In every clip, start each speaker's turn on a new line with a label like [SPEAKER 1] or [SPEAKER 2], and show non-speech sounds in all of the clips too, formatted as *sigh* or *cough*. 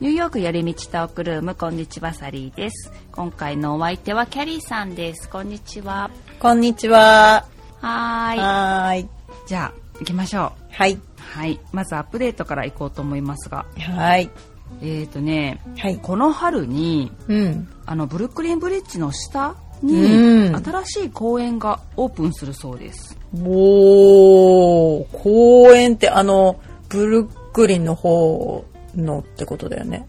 [SPEAKER 1] ヨーク寄り道トークルームこんにちはサリーです今回のお相手はキャリーさんですこんにちは
[SPEAKER 2] こんにちは。
[SPEAKER 1] はーい
[SPEAKER 2] はーい。
[SPEAKER 1] じゃあ行きましょ
[SPEAKER 2] はい。
[SPEAKER 1] うはいまずアップデートから行こうと思いますが
[SPEAKER 2] はい。
[SPEAKER 1] えっ、ー、とね
[SPEAKER 2] はい。
[SPEAKER 1] この春に
[SPEAKER 2] うん。
[SPEAKER 1] あのブルックリンブリッジの下に
[SPEAKER 2] うん
[SPEAKER 1] 新しい公園がオープンするそうです
[SPEAKER 2] おー、公園ってあの、ブルックリンの方のってことだよね。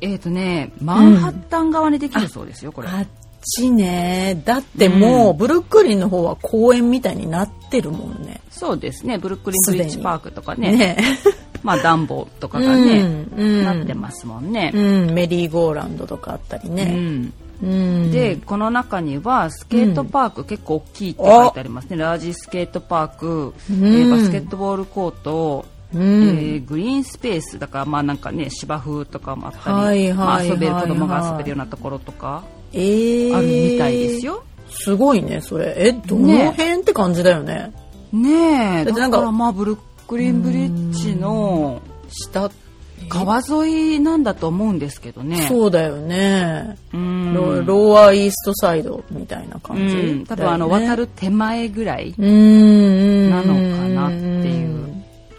[SPEAKER 1] えっ、ー、とねマンハッタン側にできるそうですよ、これ
[SPEAKER 2] あっちね。だってもう、
[SPEAKER 1] うん
[SPEAKER 2] ブルックリンの方は公園みたいになってるもんね。
[SPEAKER 1] そうですねブルックリンブリッジパークとかね
[SPEAKER 2] ね
[SPEAKER 1] まあ暖房とかがね、
[SPEAKER 2] うん
[SPEAKER 1] なってますもんね、
[SPEAKER 2] うん、メリーゴーランドとかあったり
[SPEAKER 1] う
[SPEAKER 2] ね。
[SPEAKER 1] ん
[SPEAKER 2] うん。
[SPEAKER 1] で、この中にはスケートパーク、結構大きいって書いてありますねラージスケートパーク、
[SPEAKER 2] うん
[SPEAKER 1] えーバスケットボールコート、
[SPEAKER 2] う
[SPEAKER 1] え
[SPEAKER 2] ん。
[SPEAKER 1] ーグリーンスペースだからまあなんかね芝生とかもあったり、
[SPEAKER 2] はいはい
[SPEAKER 1] まあ、遊べる
[SPEAKER 2] はい
[SPEAKER 1] 子供が遊
[SPEAKER 2] は
[SPEAKER 1] べ
[SPEAKER 2] い
[SPEAKER 1] るようなところとか
[SPEAKER 2] えー
[SPEAKER 1] あるみたいです。よ、
[SPEAKER 2] すごいね、それ。え、どの辺って感じだよね。
[SPEAKER 1] ねえ
[SPEAKER 2] だ
[SPEAKER 1] だ
[SPEAKER 2] ってなんか
[SPEAKER 1] からまあブルックリンブリッジの下川沿いなんだと思うんですけどね
[SPEAKER 2] そうだよね。
[SPEAKER 1] うん
[SPEAKER 2] ロローアーイーストサイドみたいな感じ、
[SPEAKER 1] うん、多分あの
[SPEAKER 2] だよね
[SPEAKER 1] 渡る手前ぐらい、
[SPEAKER 2] うーん
[SPEAKER 1] なのかなっていう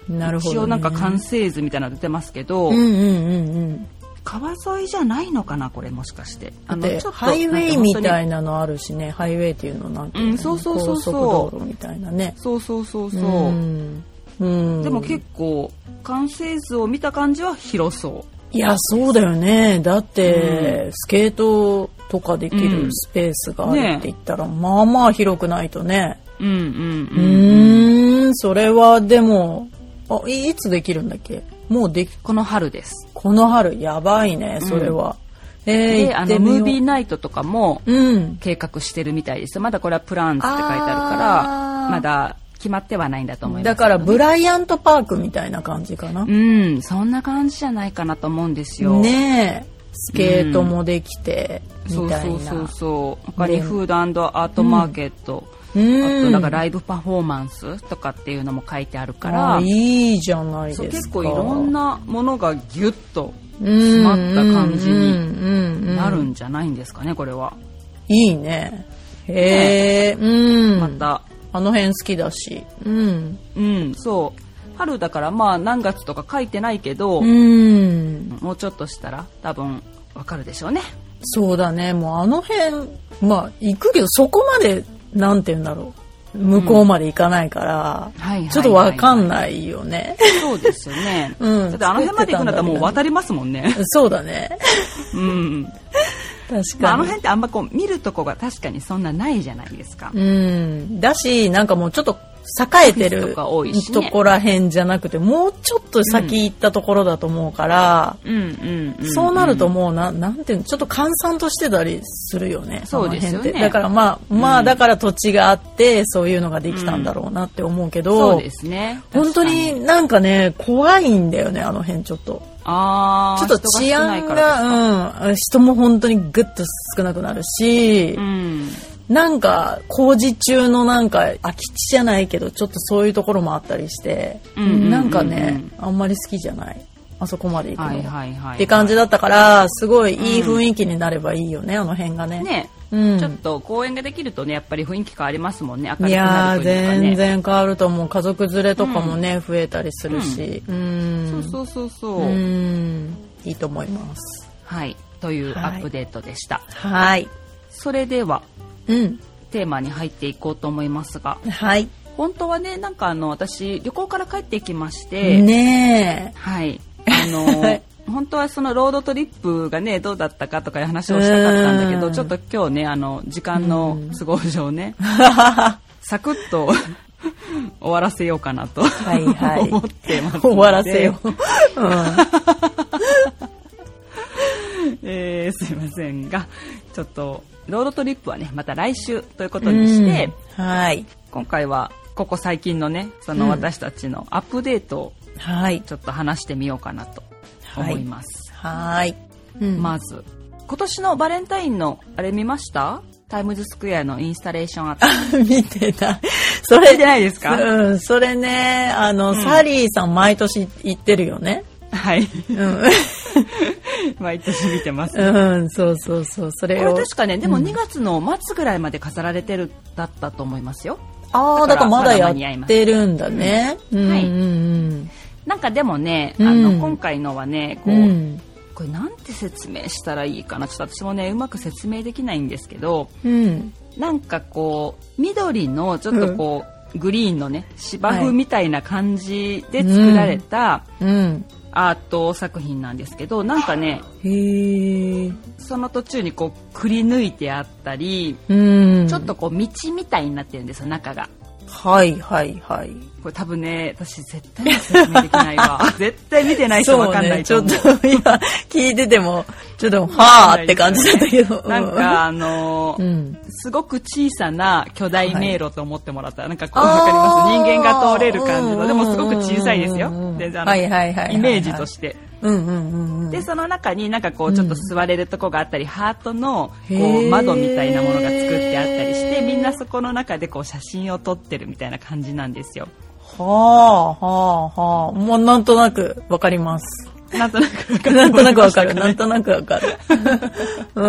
[SPEAKER 2] なるほど、ね、
[SPEAKER 1] 一応なんか完成図みたいなの出てますけど、
[SPEAKER 2] うんうんうんうん
[SPEAKER 1] 川沿いじゃないのかなこれもしかして
[SPEAKER 2] だっ
[SPEAKER 1] の
[SPEAKER 2] てハイウェイみた
[SPEAKER 1] い
[SPEAKER 2] いなのあるしねハイウェイっていうのなんていの
[SPEAKER 1] うんそうそうそうそう
[SPEAKER 2] 高速道路みたいなね
[SPEAKER 1] そうそうそうそう、
[SPEAKER 2] んうん
[SPEAKER 1] でも結構完成図を見た感じは広そ
[SPEAKER 2] いやそうだよねだって、
[SPEAKER 1] う
[SPEAKER 2] スケートとかでき
[SPEAKER 1] う
[SPEAKER 2] る
[SPEAKER 1] ん
[SPEAKER 2] スペースがあ
[SPEAKER 1] ね
[SPEAKER 2] るって言ったら、まあまあ広くないとね
[SPEAKER 1] ううん
[SPEAKER 2] う
[SPEAKER 1] うんうん、
[SPEAKER 2] ーん、それはでも、あ、いいつできるんだっけもうでき、
[SPEAKER 1] この春です
[SPEAKER 2] この春、やばいね、それは。えー、
[SPEAKER 1] で
[SPEAKER 2] 行
[SPEAKER 1] あ
[SPEAKER 2] って
[SPEAKER 1] の
[SPEAKER 2] み
[SPEAKER 1] ム
[SPEAKER 2] よ
[SPEAKER 1] ービー
[SPEAKER 2] う。
[SPEAKER 1] ナイトとかも
[SPEAKER 2] うん。
[SPEAKER 1] 計画してるみたいですまだこれはプランズって書いてあるから
[SPEAKER 2] あー
[SPEAKER 1] まだ決まってはないんだと思います
[SPEAKER 2] だから、ブライアントパークみたいな感じかな。
[SPEAKER 1] うんそんな感じじゃないかなと思うんですよ
[SPEAKER 2] ねえ、スケートもできて、
[SPEAKER 1] そ
[SPEAKER 2] み
[SPEAKER 1] う
[SPEAKER 2] たい
[SPEAKER 1] そう
[SPEAKER 2] な。
[SPEAKER 1] そうそう他に
[SPEAKER 2] ね
[SPEAKER 1] フードアートマーケット、あと
[SPEAKER 2] うん。
[SPEAKER 1] なんかライブパフォーマンスとかっていうのも書いてあるから
[SPEAKER 2] あいいじゃないです
[SPEAKER 1] そ
[SPEAKER 2] か。
[SPEAKER 1] う結構いろんなものがギュッと
[SPEAKER 2] 詰
[SPEAKER 1] まった感じにな
[SPEAKER 2] な
[SPEAKER 1] るんじゃないんですかねこれは、
[SPEAKER 2] いいね。へえ、うん。
[SPEAKER 1] また
[SPEAKER 2] あの辺好きだし。うん。
[SPEAKER 1] うんそう春だからまあ何月とか書いてないけど、
[SPEAKER 2] うん。
[SPEAKER 1] もうちょっとしたら多分わかるでしょう
[SPEAKER 2] *laughs*
[SPEAKER 1] ね
[SPEAKER 2] そうだね。もうあの辺、まあ行くけど、そこまで、なんて言うんだろう。向こうまで行かないから、
[SPEAKER 1] はいはいはい
[SPEAKER 2] ちょっとわかんないよね。 *laughs*
[SPEAKER 1] そうですよね、
[SPEAKER 2] うん
[SPEAKER 1] だってあの辺まで行くんだったらもう渡りますもんね
[SPEAKER 2] そうだね。 *laughs*
[SPEAKER 1] うん
[SPEAKER 2] 確
[SPEAKER 1] まあ、
[SPEAKER 2] か
[SPEAKER 1] あの
[SPEAKER 2] に。
[SPEAKER 1] 辺ってあんまこう見るとこが確かにそんなないじゃないですか、
[SPEAKER 2] うん。だし、なんかもうちょっと栄えて
[SPEAKER 1] オフィス
[SPEAKER 2] る
[SPEAKER 1] とか多いしね
[SPEAKER 2] とこら辺じゃなくて、もうちょっと先行ったところだと思うから、
[SPEAKER 1] うんうんうん
[SPEAKER 2] そうなるともうな、なんていうの、ちょっと閑散としてたりするよね。
[SPEAKER 1] そうですよね
[SPEAKER 2] あの辺ってだからまあ、まあだから土地があって、そういうのができたんだろうなって思うけど、
[SPEAKER 1] そうですね
[SPEAKER 2] 本当
[SPEAKER 1] 確か
[SPEAKER 2] になんかね怖いんだよねあの辺ちょっと
[SPEAKER 1] あ
[SPEAKER 2] ちょ
[SPEAKER 1] あ
[SPEAKER 2] っと治安がうん人も本当にグッと少なくなるし
[SPEAKER 1] う、ん
[SPEAKER 2] なんか工事中のなんか空き地じゃないけどちょっとそういうところもあったりして、
[SPEAKER 1] うんうんうんうん
[SPEAKER 2] なんかねあんまり好きじゃないあそこまで行くの、
[SPEAKER 1] はいはいはい
[SPEAKER 2] って感じだったからすごいいい雰囲気になればいいよね、あの辺がね
[SPEAKER 1] ね、
[SPEAKER 2] うん
[SPEAKER 1] ちょっと公園ができるとねやっぱり雰囲気変わりますもんね明
[SPEAKER 2] い
[SPEAKER 1] るくな
[SPEAKER 2] や
[SPEAKER 1] る
[SPEAKER 2] ー
[SPEAKER 1] というかね
[SPEAKER 2] 全然変わると思う家族連れとかもね、増えたりするし、うん
[SPEAKER 1] そうそうそうそう、
[SPEAKER 2] うんいいと思います。
[SPEAKER 1] はいというア
[SPEAKER 2] はい
[SPEAKER 1] ップデートでした、
[SPEAKER 2] はい。
[SPEAKER 1] それでは
[SPEAKER 2] うん。
[SPEAKER 1] テーマに入っていこうと思いますが
[SPEAKER 2] はい。
[SPEAKER 1] 本当はねなんかあの私旅行から帰ってきまして、
[SPEAKER 2] ね
[SPEAKER 1] はい。あ
[SPEAKER 2] *laughs*
[SPEAKER 1] の、本当はそのロードトリップがね、どうだったかとかいう話をしたかったんだけ
[SPEAKER 2] う
[SPEAKER 1] ど、
[SPEAKER 2] ん
[SPEAKER 1] ちょっと今日ね、あの、時間の都合上
[SPEAKER 2] *laughs*
[SPEAKER 1] ね、
[SPEAKER 2] え。は
[SPEAKER 1] サクッ
[SPEAKER 2] *laughs*
[SPEAKER 1] と終わらせようかなと
[SPEAKER 2] いはい
[SPEAKER 1] *laughs* 思ってますので。
[SPEAKER 2] 終わらせよう。
[SPEAKER 1] えーすいませんが、ちょっと、ロードトリップはね、また来週ということにして、
[SPEAKER 2] うんはい。
[SPEAKER 1] 今回は、ここ最近のね、その私たちのアップデートを
[SPEAKER 2] はい。
[SPEAKER 1] ちょっと話してみようかなと思います。
[SPEAKER 2] はい。うん
[SPEAKER 1] まず今年のバレンタインのあれ見ましたタイムズスクエアのインスタレーションあった
[SPEAKER 2] *laughs* 見てた。そ
[SPEAKER 1] 見
[SPEAKER 2] れ
[SPEAKER 1] てないですか
[SPEAKER 2] うん、それね、あの、サリーさん毎年行ってるよね。
[SPEAKER 1] はい。 *laughs*
[SPEAKER 2] *laughs* うん。
[SPEAKER 1] 毎年見てます。こ
[SPEAKER 2] うん、そうそうそう。それ
[SPEAKER 1] れ
[SPEAKER 2] を。
[SPEAKER 1] 確かね、でも
[SPEAKER 2] うん
[SPEAKER 1] 2月の末ぐらいまで飾られてるだったと思いますよ。
[SPEAKER 2] ああ、
[SPEAKER 1] だ
[SPEAKER 2] だか
[SPEAKER 1] からら
[SPEAKER 2] ま
[SPEAKER 1] ま
[SPEAKER 2] だ
[SPEAKER 1] だ
[SPEAKER 2] や
[SPEAKER 1] 間
[SPEAKER 2] っ
[SPEAKER 1] に合います
[SPEAKER 2] てるんだね。うん、
[SPEAKER 1] はい
[SPEAKER 2] うん、
[SPEAKER 1] なんかでもね、あ
[SPEAKER 2] うん
[SPEAKER 1] の、今回のはね、
[SPEAKER 2] う
[SPEAKER 1] こう、
[SPEAKER 2] ん。うん。
[SPEAKER 1] これなんて説明したらいいかな、ちょっと私もね、うまく説明できないんですけど、
[SPEAKER 2] うん。
[SPEAKER 1] なんかこう緑のちょっとこう、グリーンのね芝生みたいな感じで作られた
[SPEAKER 2] うん。
[SPEAKER 1] アート作品なんですけどなんかね
[SPEAKER 2] へえ。
[SPEAKER 1] その途中にこうくり抜いてあったり
[SPEAKER 2] うん。
[SPEAKER 1] ちょっと。こう道みたいになってるんですよ中が。
[SPEAKER 2] はいはいはい。
[SPEAKER 1] これ多分ね私絶対に説明できない
[SPEAKER 2] *laughs*
[SPEAKER 1] わ絶対見てない人わかんないと
[SPEAKER 2] そう
[SPEAKER 1] 思う
[SPEAKER 2] ね、ちょっと今聞いてても、ちょっとはあって感じだったけど。 *laughs*
[SPEAKER 1] なんかあの
[SPEAKER 2] う
[SPEAKER 1] ー
[SPEAKER 2] ん。
[SPEAKER 1] すごく小さな巨大迷路と思ってもらったら、なんかこう、
[SPEAKER 2] あー
[SPEAKER 1] わかります人間が通れる感じ
[SPEAKER 2] うんうんうんうん
[SPEAKER 1] の、でもすごく小さいですよ。全然あの
[SPEAKER 2] はいはいはいはいはい
[SPEAKER 1] イメージとして。
[SPEAKER 2] うんうんうんうん。
[SPEAKER 1] で、その中になんかこう、ちょっと座れるとこがあったり、ハートの
[SPEAKER 2] へ
[SPEAKER 1] こ
[SPEAKER 2] ー
[SPEAKER 1] う窓みたいなものが作ってあったりして、みんなそこの中でこう写真を撮ってるみたいな感じなんですよ。
[SPEAKER 2] はあはあはあ。もうなんとなくわかります。
[SPEAKER 1] なん *laughs* となくわかる
[SPEAKER 2] なんとなくわかる。なんとなくわかる。う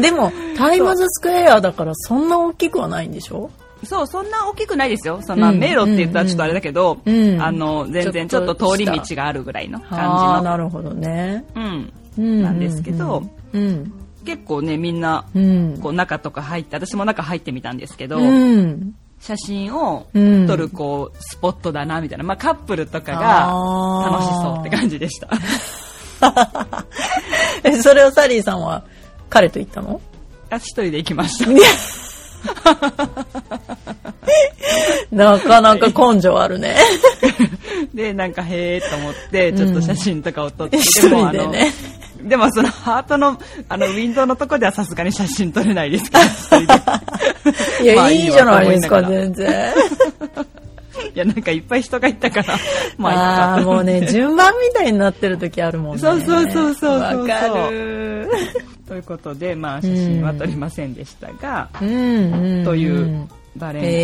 [SPEAKER 2] ん。でも、タイムズスクエアだからそんな大きくはないんでしょ
[SPEAKER 1] そう、そんな大きくないですよ。そんな
[SPEAKER 2] うん
[SPEAKER 1] 迷路って言ったらちょっとあれだけど、
[SPEAKER 2] うん
[SPEAKER 1] あの、全然
[SPEAKER 2] ち
[SPEAKER 1] ちょ
[SPEAKER 2] ょっ
[SPEAKER 1] っ
[SPEAKER 2] と
[SPEAKER 1] と通り道があるぐらいの
[SPEAKER 2] ああ、
[SPEAKER 1] 感
[SPEAKER 2] なるほどね。
[SPEAKER 1] じの。うん。
[SPEAKER 2] うん
[SPEAKER 1] なんですけど。
[SPEAKER 2] うん。
[SPEAKER 1] 結構ねみんな
[SPEAKER 2] うん。
[SPEAKER 1] こう中とか入って私も中入ってみたんですけど、
[SPEAKER 2] うん。
[SPEAKER 1] 写真を
[SPEAKER 2] うん
[SPEAKER 1] 撮るこうスポットだなみたいな、まあ、カップルとか
[SPEAKER 2] あー
[SPEAKER 1] が楽しそうって感じでした
[SPEAKER 2] え、それをサリーさんは彼と行ったの
[SPEAKER 1] あ一人で行きました
[SPEAKER 2] なかなか根性あるね。
[SPEAKER 1] でなんかへえと思ってちょっと写真とかを撮って、
[SPEAKER 2] 一
[SPEAKER 1] でも
[SPEAKER 2] 人
[SPEAKER 1] あ
[SPEAKER 2] で
[SPEAKER 1] の
[SPEAKER 2] ね。
[SPEAKER 1] でもそのハートのあのウィンドウのとこではさすがに写真撮れないですけど一
[SPEAKER 2] *laughs*
[SPEAKER 1] 人 *laughs* ま
[SPEAKER 2] いや、
[SPEAKER 1] あ
[SPEAKER 2] いいじゃないですか、
[SPEAKER 1] いいわと思
[SPEAKER 2] 全然。
[SPEAKER 1] でいやなんかいっぱい人がいたからまあいい
[SPEAKER 2] あ
[SPEAKER 1] か
[SPEAKER 2] あー、
[SPEAKER 1] と思
[SPEAKER 2] も
[SPEAKER 1] っ
[SPEAKER 2] う
[SPEAKER 1] て *laughs*
[SPEAKER 2] ね、順番みたいになってる時あるもんね。
[SPEAKER 1] そうそうそうそうそうそう
[SPEAKER 2] わかる。
[SPEAKER 1] ということでまあ写真は撮りませんでしたが、
[SPEAKER 2] うん。ん
[SPEAKER 1] という。バレンタイン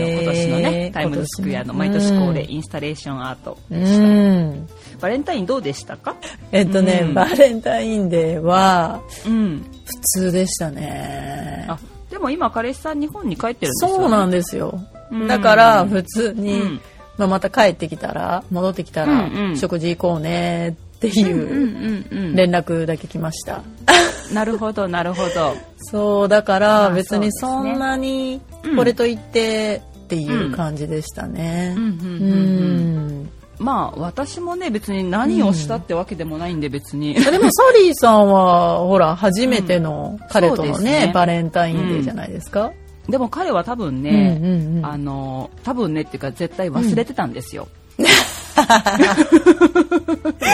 [SPEAKER 1] の今年のね、
[SPEAKER 2] えー
[SPEAKER 1] タイムズスクエアの毎年恒例インスタレーションアート
[SPEAKER 2] う
[SPEAKER 1] でした、
[SPEAKER 2] ん。
[SPEAKER 1] バレンタインどうでしたか
[SPEAKER 2] えっとね、
[SPEAKER 1] うん
[SPEAKER 2] バレンタインデーは
[SPEAKER 1] うん
[SPEAKER 2] 普通でしたね。
[SPEAKER 1] あでも今彼氏さん日本に帰ってるんですよ、ね、
[SPEAKER 2] そうなんですよ。
[SPEAKER 1] うん
[SPEAKER 2] だから普通に、
[SPEAKER 1] うん
[SPEAKER 2] まあ、また帰ってきたら、戻ってきたら
[SPEAKER 1] うんうん
[SPEAKER 2] 食事行こうねってい
[SPEAKER 1] うんう
[SPEAKER 2] うん
[SPEAKER 1] うん
[SPEAKER 2] 連絡だけ来まし
[SPEAKER 1] う
[SPEAKER 2] た。
[SPEAKER 1] ん *laughs* なるほどなるほど
[SPEAKER 2] そう、だか
[SPEAKER 1] ま
[SPEAKER 2] ら
[SPEAKER 1] あ
[SPEAKER 2] 別に
[SPEAKER 1] そ
[SPEAKER 2] そう
[SPEAKER 1] ですね
[SPEAKER 2] んなに
[SPEAKER 1] うん
[SPEAKER 2] これといってっていう感じでしたね
[SPEAKER 1] う。んうんう
[SPEAKER 2] う
[SPEAKER 1] んうん
[SPEAKER 2] ん。
[SPEAKER 1] まあ私もね別に何をしたってわけでもないんで別に、
[SPEAKER 2] でもサリーさんはほら初めての彼と
[SPEAKER 1] そ
[SPEAKER 2] の
[SPEAKER 1] うです
[SPEAKER 2] ね
[SPEAKER 1] ね
[SPEAKER 2] バレンタインデーじゃないですか。
[SPEAKER 1] *laughs* でも彼は多分
[SPEAKER 2] うん
[SPEAKER 1] ね、
[SPEAKER 2] うんうん
[SPEAKER 1] あの多分ねっていうか絶対忘れてたんです
[SPEAKER 2] *laughs*
[SPEAKER 1] よ。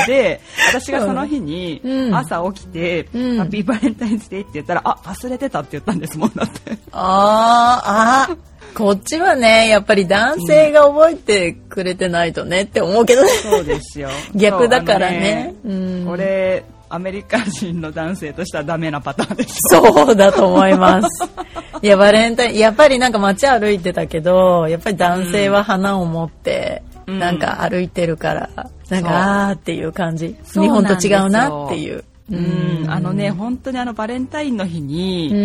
[SPEAKER 1] で私がその日に
[SPEAKER 2] うん
[SPEAKER 1] 朝起きて「
[SPEAKER 2] うん
[SPEAKER 1] ハッピーバレンタインズデー」って言ったら「あ忘れてた」って言ったんですもんだって
[SPEAKER 2] あー
[SPEAKER 1] *laughs*
[SPEAKER 2] あーこっちはねやっぱり男性が覚えてくれてないとねって思うけどね。
[SPEAKER 1] そうです *laughs* よ
[SPEAKER 2] 逆だからね
[SPEAKER 1] そうあの
[SPEAKER 2] うん
[SPEAKER 1] これアメリカ人の男性としてはダメなパターンで *laughs* しょ
[SPEAKER 2] そうだと思います。いや、バレンタイン、やっぱりなんか街歩いてたけど、やっぱり男性は花を持って、
[SPEAKER 1] うん
[SPEAKER 2] なんか歩いてるから、なん
[SPEAKER 1] そう
[SPEAKER 2] か、あーっていう感じ。
[SPEAKER 1] そう
[SPEAKER 2] 日
[SPEAKER 1] な
[SPEAKER 2] 本
[SPEAKER 1] ん
[SPEAKER 2] と
[SPEAKER 1] です
[SPEAKER 2] 違
[SPEAKER 1] よ
[SPEAKER 2] うなっていう。
[SPEAKER 1] うんあのね、本当にあのバレンタインの日に、
[SPEAKER 2] う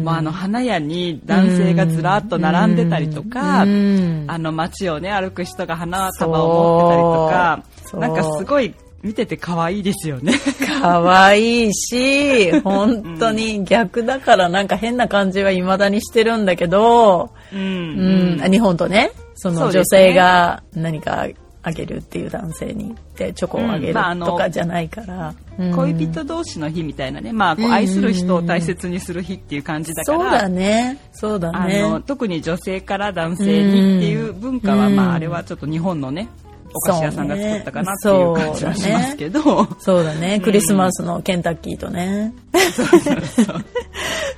[SPEAKER 2] ん
[SPEAKER 1] まあ、あの花屋に男性がずらっと並んでたりとか、
[SPEAKER 2] うん
[SPEAKER 1] あの街をね歩く人が花束を持ってたり
[SPEAKER 2] そ
[SPEAKER 1] と
[SPEAKER 2] う
[SPEAKER 1] かなんかすごい見てて可愛いですよ
[SPEAKER 2] *laughs*
[SPEAKER 1] ね。
[SPEAKER 2] 可愛いし、
[SPEAKER 1] *laughs*
[SPEAKER 2] 本当に逆だからなんか変な感じは未だにしてるんだけど、
[SPEAKER 1] う
[SPEAKER 2] うんん、日本とね、その
[SPEAKER 1] そうで
[SPEAKER 2] 女
[SPEAKER 1] すね
[SPEAKER 2] 性が何かあげるっていう男性に、で、チョコをあげ
[SPEAKER 1] う
[SPEAKER 2] る
[SPEAKER 1] んまああの
[SPEAKER 2] とかじゃないから。うん
[SPEAKER 1] 恋人同士の日みたいなね、まあ、こ
[SPEAKER 2] う
[SPEAKER 1] うん愛する人を大切にする日っていう感じだから、
[SPEAKER 2] そうだね。そうだ
[SPEAKER 1] あ
[SPEAKER 2] ね。
[SPEAKER 1] の特に女性から男性にっていう文化は、
[SPEAKER 2] うん
[SPEAKER 1] まあ、あれはちょっと日本のねお菓子屋さんが作ったかなってい
[SPEAKER 2] そう
[SPEAKER 1] う
[SPEAKER 2] ね
[SPEAKER 1] 感じはしますけど、
[SPEAKER 2] そうだね。クリスマスのケンタッキーとね。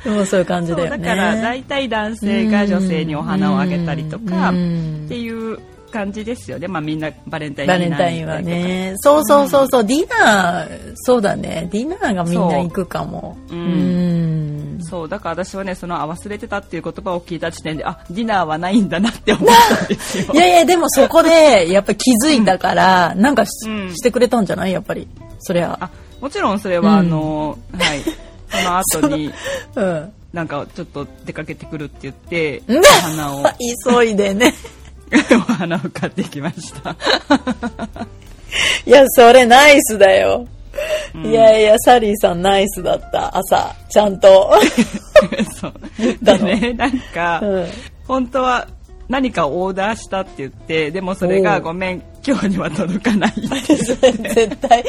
[SPEAKER 2] でもそういう感じ
[SPEAKER 1] そう
[SPEAKER 2] だよ
[SPEAKER 1] だ
[SPEAKER 2] ね。
[SPEAKER 1] から大体男性が女性にお花をあげたりとか、
[SPEAKER 2] うん
[SPEAKER 1] っていう感じですよね、まあ、みんなバレンタイン
[SPEAKER 2] バレ
[SPEAKER 1] に
[SPEAKER 2] ン
[SPEAKER 1] な
[SPEAKER 2] タインはね。そうそうそうそう。ディナー、そうだね。ディナーがみんな行くかも。
[SPEAKER 1] う
[SPEAKER 2] うんん。
[SPEAKER 1] そうだから私はねそのあ忘れてたっていう言葉を聞いた時点であディナーはないんだなって思ったん
[SPEAKER 2] *laughs*
[SPEAKER 1] ですよ
[SPEAKER 2] いやいや、でもそこで、やっぱり気づいたから、なんかし,、
[SPEAKER 1] うん
[SPEAKER 2] てくれたんじゃないやっぱり。そりゃ。
[SPEAKER 1] あもちろんそれは、
[SPEAKER 2] うん
[SPEAKER 1] あのはいその後
[SPEAKER 2] *laughs*
[SPEAKER 1] に
[SPEAKER 2] うん。
[SPEAKER 1] なんかちょっと出かけてくるって言って
[SPEAKER 2] うん
[SPEAKER 1] お花を *laughs*
[SPEAKER 2] *laughs* 急いでね。
[SPEAKER 1] お花を買ってきました、
[SPEAKER 2] いや、それナイスだよ。
[SPEAKER 1] うん
[SPEAKER 2] いやいや、サリーさんナイスだった。朝、ちゃ
[SPEAKER 1] *laughs*
[SPEAKER 2] んと。
[SPEAKER 1] そう
[SPEAKER 2] だ
[SPEAKER 1] で
[SPEAKER 2] の
[SPEAKER 1] *laughs* ねなんか、
[SPEAKER 2] うん
[SPEAKER 1] 本当は何かオーダーしたって言ってでもそれが
[SPEAKER 2] おう
[SPEAKER 1] ごめん今日には届かないって
[SPEAKER 2] *laughs* 絶対、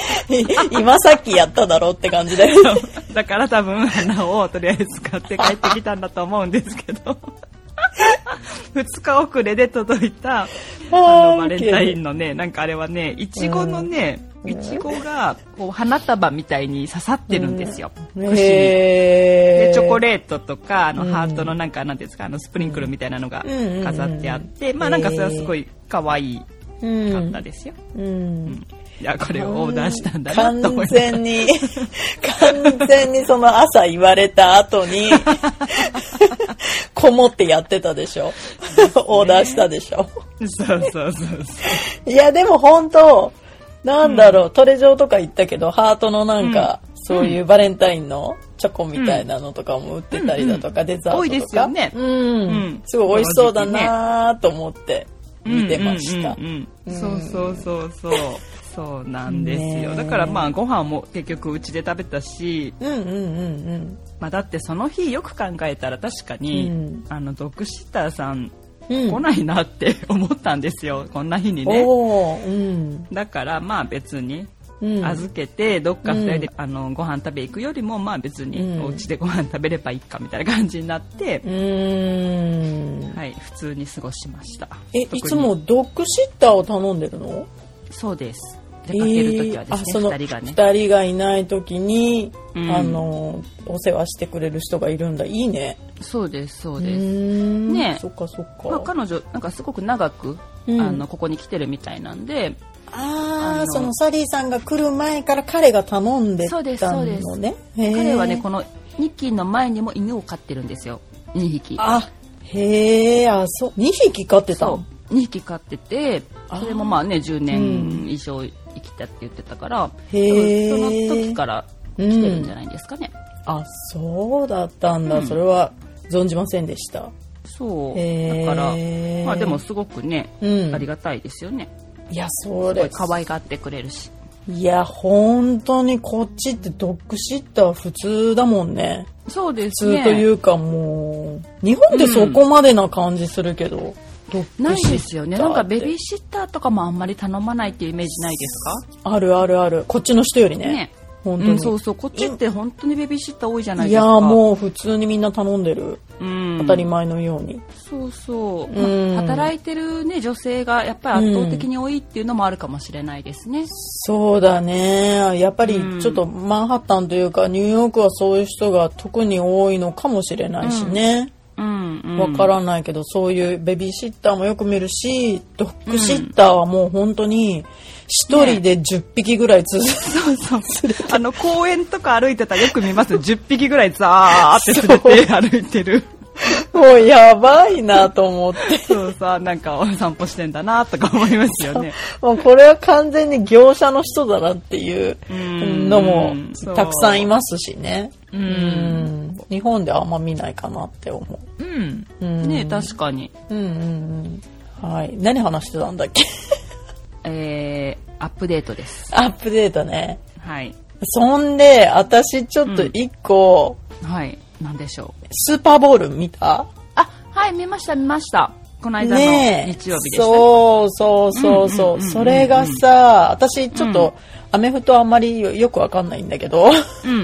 [SPEAKER 2] 今さっきやっただろって感じだよね。
[SPEAKER 1] だから多分花をとりあえず買って帰ってきたんだと思うんですけど
[SPEAKER 2] *laughs*
[SPEAKER 1] 2日遅れで届いた *laughs* あのバレンタインのねなんかあれはねいちごのねいちごがこう花束みたいに刺さってるんですよ、
[SPEAKER 2] へ
[SPEAKER 1] 串に。
[SPEAKER 2] え
[SPEAKER 1] でチョコレートとかあの
[SPEAKER 2] うん
[SPEAKER 1] ハートのなんかなんていうんですかあのスプリンクルみたいなのが
[SPEAKER 2] うん
[SPEAKER 1] 飾ってあって
[SPEAKER 2] うん
[SPEAKER 1] まあなんかそれはすごい可愛
[SPEAKER 2] うん
[SPEAKER 1] かったですよ、
[SPEAKER 2] うん
[SPEAKER 1] うん、いやこれをオーダーしたんだなと思い
[SPEAKER 2] 完
[SPEAKER 1] ました
[SPEAKER 2] 全に、完全にその朝言われた
[SPEAKER 1] *laughs*
[SPEAKER 2] 後に、こもってやってたでしょ。オーダーしたでしょ。
[SPEAKER 1] そうそうそうそう
[SPEAKER 2] いや、でも本当なんだろう、トレジョーとか行ったけど、ハートのなんか、そういうバレンタインのチョコみたいなのとかも売ってたりだとか、デザートとか。
[SPEAKER 1] 多いですよね
[SPEAKER 2] うん。
[SPEAKER 1] ん
[SPEAKER 2] すごい美味しそうだなーと思って見てました。
[SPEAKER 1] うんうんうんうん
[SPEAKER 2] うん
[SPEAKER 1] そうそうそうそうそうなんです
[SPEAKER 2] ね
[SPEAKER 1] よ
[SPEAKER 2] え
[SPEAKER 1] だからまあご飯も結局うちで食べたし、
[SPEAKER 2] うんうんうん
[SPEAKER 1] まあ、だってその日よく考えたら確かに、
[SPEAKER 2] うん
[SPEAKER 1] あのドッグシッターさん
[SPEAKER 2] うん。うん
[SPEAKER 1] 来ないなって思ったんですよこんな日にね
[SPEAKER 2] おーうん。
[SPEAKER 1] だからまあ別に
[SPEAKER 2] うん
[SPEAKER 1] 預けてどっか2人で、
[SPEAKER 2] う
[SPEAKER 1] あのご飯食べ行くよりもまあ別
[SPEAKER 2] う
[SPEAKER 1] に
[SPEAKER 2] ん
[SPEAKER 1] お家でご飯食べればいいかみたいな感じになって
[SPEAKER 2] う、ーん。
[SPEAKER 1] はい、普通に過ごしました
[SPEAKER 2] え、
[SPEAKER 1] 特に
[SPEAKER 2] いつもドッグシッターを頼んでるの
[SPEAKER 1] そうです出かける時はですね、
[SPEAKER 2] えーあその
[SPEAKER 1] 2人がね
[SPEAKER 2] 二人がいない時に、
[SPEAKER 1] うん
[SPEAKER 2] あのお世話してくれる人がいるんだいいね
[SPEAKER 1] そうですそううです、
[SPEAKER 2] ーん
[SPEAKER 1] ねえ
[SPEAKER 2] そっかそっか、
[SPEAKER 1] まあ、彼女なんかすごく長く、
[SPEAKER 2] うん
[SPEAKER 1] あのここに来てるみたいなんであ
[SPEAKER 2] ああ
[SPEAKER 1] の
[SPEAKER 2] そのサリーさんが来る前から彼が頼んでた
[SPEAKER 1] そうですそ
[SPEAKER 2] の
[SPEAKER 1] うです
[SPEAKER 2] ね
[SPEAKER 1] 彼はね
[SPEAKER 2] の
[SPEAKER 1] このニッキーの前にも犬を飼ってるんですよ2匹
[SPEAKER 2] あへえあそう2匹飼ってた
[SPEAKER 1] そ
[SPEAKER 2] の
[SPEAKER 1] う2匹飼ってて
[SPEAKER 2] あー
[SPEAKER 1] それもまあね10
[SPEAKER 2] う
[SPEAKER 1] 年以上生きたって言ってたから、
[SPEAKER 2] へえ
[SPEAKER 1] 多分その時から来てるんじゃないんですかね、
[SPEAKER 2] あそうだったんだ、
[SPEAKER 1] うん
[SPEAKER 2] それは存じませんでした
[SPEAKER 1] そう
[SPEAKER 2] へ
[SPEAKER 1] だ
[SPEAKER 2] ー
[SPEAKER 1] からまあでもすごくね、
[SPEAKER 2] うん
[SPEAKER 1] ありがたいですよね
[SPEAKER 2] いやそ
[SPEAKER 1] すご
[SPEAKER 2] れ
[SPEAKER 1] い可愛がってくれるし
[SPEAKER 2] いや、本当にこっちってドッグシッター普通だもんね。
[SPEAKER 1] そうで
[SPEAKER 2] 普
[SPEAKER 1] す
[SPEAKER 2] 通とい
[SPEAKER 1] ね
[SPEAKER 2] うかもう、日本ってそこまでな感じするけど、ドッ
[SPEAKER 1] な
[SPEAKER 2] グ
[SPEAKER 1] い
[SPEAKER 2] シッターって
[SPEAKER 1] ですよねなんかベビーシッターとかもあんまり頼まないっていうイメージないですか
[SPEAKER 2] あるあるある。こっちの人よりね。
[SPEAKER 1] ね
[SPEAKER 2] 本当に。
[SPEAKER 1] うん、そうそうこっちって本当にベビーシッター多いじゃない
[SPEAKER 2] い
[SPEAKER 1] です
[SPEAKER 2] や
[SPEAKER 1] か
[SPEAKER 2] もう普通にみんな頼んでる。
[SPEAKER 1] う、ん、
[SPEAKER 2] 当たり前のように。
[SPEAKER 1] そうそう、
[SPEAKER 2] うん
[SPEAKER 1] まあ働いてる、ね、女性がやっぱり圧倒的に多いっていうのもあるかもしれないですね、
[SPEAKER 2] そうだね。やっぱりちょっとマンハッタンというかニューヨークはそういう人が特に多いのかもしれないしね。
[SPEAKER 1] うんうん、
[SPEAKER 2] わからないけど、そういうベビーシッターもよく見るし、ドッグシッターはもう本当に、一人で10匹ぐらい続く。
[SPEAKER 1] そうそう *laughs* あの公園とか歩いてたらよく見ますよ10匹ぐらいザーって連れて歩いてる
[SPEAKER 2] もうやばいなと思って。 *laughs*
[SPEAKER 1] そうさなんかお散歩してんだなとか思いますよね
[SPEAKER 2] もうこれは完全に業者の人だなっていう
[SPEAKER 1] うん
[SPEAKER 2] のも
[SPEAKER 1] そう
[SPEAKER 2] たくさんいますしね。
[SPEAKER 1] う
[SPEAKER 2] うんん日本ではあんま見ないかなって思
[SPEAKER 1] う
[SPEAKER 2] う。
[SPEAKER 1] ん
[SPEAKER 2] うん
[SPEAKER 1] ね確かに
[SPEAKER 2] うんうんうん。はい。何話してたんだっけ *laughs*
[SPEAKER 1] えー、アップデートです
[SPEAKER 2] アップデートね。
[SPEAKER 1] はい
[SPEAKER 2] そんで、私ちょっと一個、
[SPEAKER 1] はいなんでしょう
[SPEAKER 2] スーパーボール見た
[SPEAKER 1] あはい見ました見ましたこの間の
[SPEAKER 2] ねえ
[SPEAKER 1] 日曜日でしたね
[SPEAKER 2] そうそうそうそ
[SPEAKER 1] うんうんうんう
[SPEAKER 2] う
[SPEAKER 1] んうん
[SPEAKER 2] それがさ私ちょっとアメフトあんまりよよくわかんないんだけど
[SPEAKER 1] うんうんう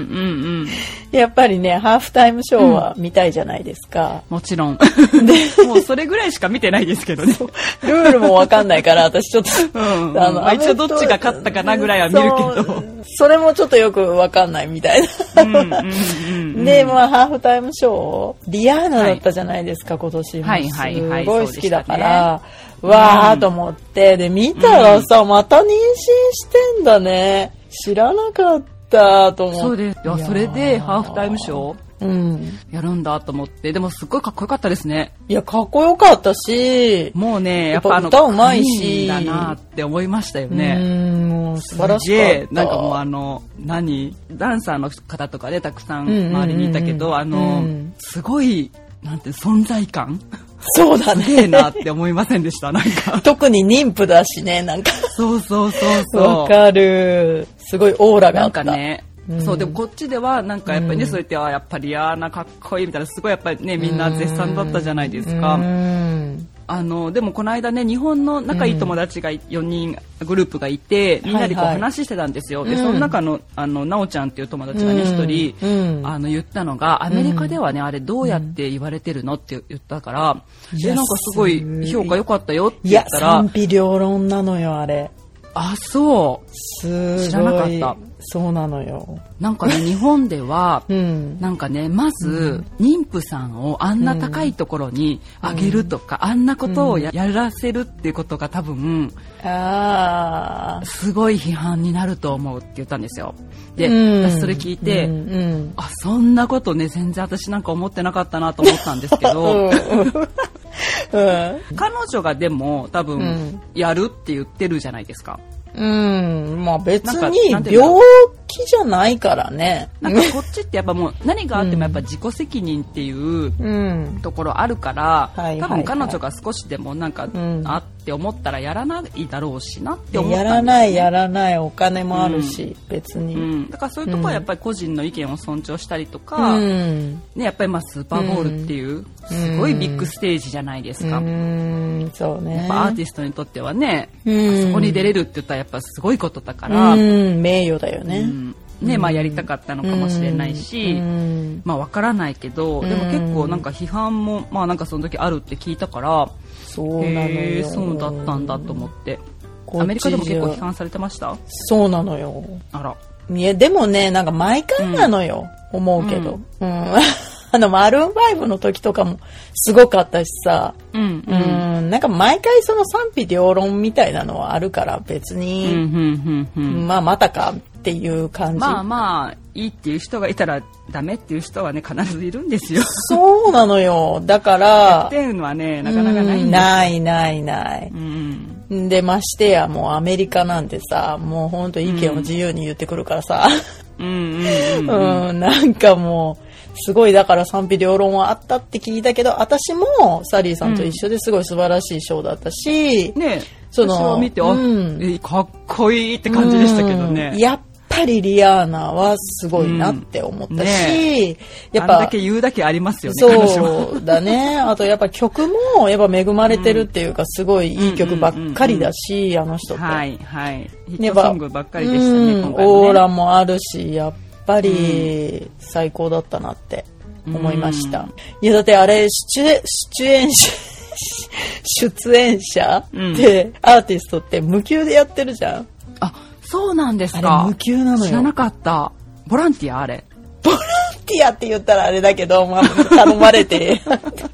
[SPEAKER 1] ん
[SPEAKER 2] やっぱりねハーフタイムショーは見たいじゃないですか、
[SPEAKER 1] もちろ *laughs* んもうそれぐらいしか見てないですけどね
[SPEAKER 2] ルールもわかんな
[SPEAKER 1] *laughs*
[SPEAKER 2] いから私ちょっと
[SPEAKER 1] うんうんまあ
[SPEAKER 2] アメ
[SPEAKER 1] 一応
[SPEAKER 2] フト
[SPEAKER 1] どっちが勝ったかなぐらいは見るけど
[SPEAKER 2] そうそれもちょっとよくわかんないみたいな
[SPEAKER 1] うんうんうんうん
[SPEAKER 2] *laughs* で、まあ、ハーフタイムショー、リアーナだったじゃないですか、今年も。
[SPEAKER 1] はいはいはい
[SPEAKER 2] すごい好きだか
[SPEAKER 1] そ
[SPEAKER 2] ら、わーと思って、で、見たらさ、また妊娠してんだね。知らなかったと思って。
[SPEAKER 1] そうです。いや、それでハーフタイムショー
[SPEAKER 2] うん。
[SPEAKER 1] やるんだと思ってでもすっごいかっこよかったですね
[SPEAKER 2] いや、かっこよかったし、
[SPEAKER 1] もうねやっぱ
[SPEAKER 2] や
[SPEAKER 1] あ
[SPEAKER 2] っぱ
[SPEAKER 1] の
[SPEAKER 2] 歌うまいし
[SPEAKER 1] 神だなって思いましたよ
[SPEAKER 2] う
[SPEAKER 1] ね
[SPEAKER 2] ん、もう素晴ら
[SPEAKER 1] すげ
[SPEAKER 2] しか
[SPEAKER 1] え
[SPEAKER 2] った。
[SPEAKER 1] なんかもうあの何ダンサーの方とかでたくさん
[SPEAKER 2] うんうんうん
[SPEAKER 1] 周りにいたけど、あの、
[SPEAKER 2] うん
[SPEAKER 1] すごいなんて存在感
[SPEAKER 2] そうだ
[SPEAKER 1] すげえ
[SPEAKER 2] ね。 *laughs*
[SPEAKER 1] なって思いませんでしたなんか
[SPEAKER 2] 特に妊婦だしね、なんか。
[SPEAKER 1] そうそうそうそ
[SPEAKER 2] わ
[SPEAKER 1] う
[SPEAKER 2] かる。すごいオーラが
[SPEAKER 1] な
[SPEAKER 2] あ
[SPEAKER 1] ん
[SPEAKER 2] った。
[SPEAKER 1] かね、
[SPEAKER 2] うん
[SPEAKER 1] そうでもこっちではなんかやっぱりね、
[SPEAKER 2] うん
[SPEAKER 1] そうやってあやっぱり嫌なかっこいいみたいなすごいやっぱりねみんな絶賛だったじゃないですか、
[SPEAKER 2] うん
[SPEAKER 1] あのでもこの間ね日本の仲いい友達が4人グループがいて、みんなでこう
[SPEAKER 2] はいはい
[SPEAKER 1] 話してたんですよ、
[SPEAKER 2] うん
[SPEAKER 1] でその中のあのなおちゃんっていう友達がね
[SPEAKER 2] うん
[SPEAKER 1] 1人、
[SPEAKER 2] うん
[SPEAKER 1] あの言ったのがアメリカではね、あれどうやって言われてるのって言ったから、
[SPEAKER 2] い
[SPEAKER 1] で
[SPEAKER 2] や
[SPEAKER 1] なんかすごい
[SPEAKER 2] すごい
[SPEAKER 1] 評価良かったよって
[SPEAKER 2] い
[SPEAKER 1] 言っ
[SPEAKER 2] や、
[SPEAKER 1] たら
[SPEAKER 2] 賛否両論なのよ、あれ。
[SPEAKER 1] あそう
[SPEAKER 2] すごい。
[SPEAKER 1] 知らなかった
[SPEAKER 2] そうなのよ。
[SPEAKER 1] なん
[SPEAKER 2] *laughs*
[SPEAKER 1] かね日本では
[SPEAKER 2] うん。
[SPEAKER 1] なんかねまず妊婦さんをあんな高いところにあげるとか、あんなことをややらせるっていうことが多分
[SPEAKER 2] ああ。
[SPEAKER 1] すごい批判になると思うって言ったんですよ。で、
[SPEAKER 2] うん
[SPEAKER 1] 私それ聞いて、
[SPEAKER 2] うんうん
[SPEAKER 1] あそんなことね全然私なんか思ってなかったなと思ったんですけ
[SPEAKER 2] *laughs* うん
[SPEAKER 1] ど、
[SPEAKER 2] うん
[SPEAKER 1] 彼女がでも多分、
[SPEAKER 2] うん
[SPEAKER 1] やるって言ってるじゃないですか。
[SPEAKER 2] うん、まあ別
[SPEAKER 1] なん
[SPEAKER 2] に
[SPEAKER 1] かなんていうの
[SPEAKER 2] 病気じゃないからね。
[SPEAKER 1] なんかこっちってやっぱもう何があってもやっぱ自己責任っていう
[SPEAKER 2] うん。
[SPEAKER 1] ところあるから、
[SPEAKER 2] はい
[SPEAKER 1] 多
[SPEAKER 2] は
[SPEAKER 1] 分
[SPEAKER 2] いはい
[SPEAKER 1] 彼女が少しでもなんか、
[SPEAKER 2] ん
[SPEAKER 1] あって思ったらやらないだろうしなって思ったんです
[SPEAKER 2] や
[SPEAKER 1] よ
[SPEAKER 2] らないやらないお金もあるし、別
[SPEAKER 1] う
[SPEAKER 2] に。
[SPEAKER 1] ん、だからそういうところはやっぱり個人の意見を尊重したりと
[SPEAKER 2] う
[SPEAKER 1] か、
[SPEAKER 2] ん。
[SPEAKER 1] ね、やっぱりまあスーパーボールっていうすごいビッグステージじゃないですか、
[SPEAKER 2] うん、そうね。
[SPEAKER 1] やっぱアーティストにとってはね、
[SPEAKER 2] うん
[SPEAKER 1] そこに出れるって言ったらやっぱすごいことだから、
[SPEAKER 2] う
[SPEAKER 1] うん
[SPEAKER 2] ん、名誉だよね。
[SPEAKER 1] ねまあ、やりたかったのかもしれないし、
[SPEAKER 2] うん
[SPEAKER 1] まあ、わからないけどでも結構なんか批判も、まあ、なんかその時あるって聞いたから
[SPEAKER 2] そうなのよ。
[SPEAKER 1] へえそうだったんだと思って
[SPEAKER 2] こっちじゃ
[SPEAKER 1] アメリカでも結構批判されてました
[SPEAKER 2] そうなのよ。
[SPEAKER 1] あら
[SPEAKER 2] いや、でもね、なんか毎回なのよ、思うけど。うん。 *laughs* あの、マルーン5の時とかもすごかったしさ、
[SPEAKER 1] うんうん
[SPEAKER 2] うん、なんか毎回その賛否両論みたいなのはあるから、別
[SPEAKER 1] うんう
[SPEAKER 2] に、
[SPEAKER 1] んうんうん
[SPEAKER 2] まあ、またかっていう感じ。
[SPEAKER 1] まあまあいいっていう人がいたらダメっていう人はね必ずいるんです
[SPEAKER 2] *laughs*
[SPEAKER 1] よ
[SPEAKER 2] そうなのよ。だから
[SPEAKER 1] っ、ていうのはねなかなかない
[SPEAKER 2] うんん
[SPEAKER 1] です
[SPEAKER 2] ないないない
[SPEAKER 1] うんうん
[SPEAKER 2] で、ましてや、もうアメリカなんてさ、もうほんと意見を自由に言ってくるからさ、
[SPEAKER 1] うんうんうん
[SPEAKER 2] うん、なんかもう、すごいだから賛否両論はあったって聞いたけど、私もサリーさんと一緒ですごい素晴らしいショーだったし、
[SPEAKER 1] ね
[SPEAKER 2] その
[SPEAKER 1] 私を見て、あ
[SPEAKER 2] うん
[SPEAKER 1] えかっこいいって感じでしたけどね
[SPEAKER 2] うんやっぱりリアーナはすごいなって思ったし、やっ
[SPEAKER 1] あん
[SPEAKER 2] ぱ
[SPEAKER 1] だ、け言うだけありますよね彼女は
[SPEAKER 2] そう
[SPEAKER 1] *laughs*
[SPEAKER 2] だね。あとやっぱ曲もやっぱ恵まれてるっていうか、すごいいい曲ばっかりだし、あの人って。
[SPEAKER 1] はいはいヒ
[SPEAKER 2] ね
[SPEAKER 1] ットソングばっかりでしたね
[SPEAKER 2] うん
[SPEAKER 1] 今回
[SPEAKER 2] オー
[SPEAKER 1] もね
[SPEAKER 2] ラもあるしやっぱり最高だったなって思いました、
[SPEAKER 1] うん
[SPEAKER 2] いやだってあれ出出演者出演者って、アーティストって無給でやってるじゃん
[SPEAKER 1] あそうなんです
[SPEAKER 2] あ
[SPEAKER 1] か
[SPEAKER 2] れ無給なの
[SPEAKER 1] 知らな
[SPEAKER 2] よ
[SPEAKER 1] かったボランティアあれ
[SPEAKER 2] ティアって言ったらあれだけど、まあ、頼まれて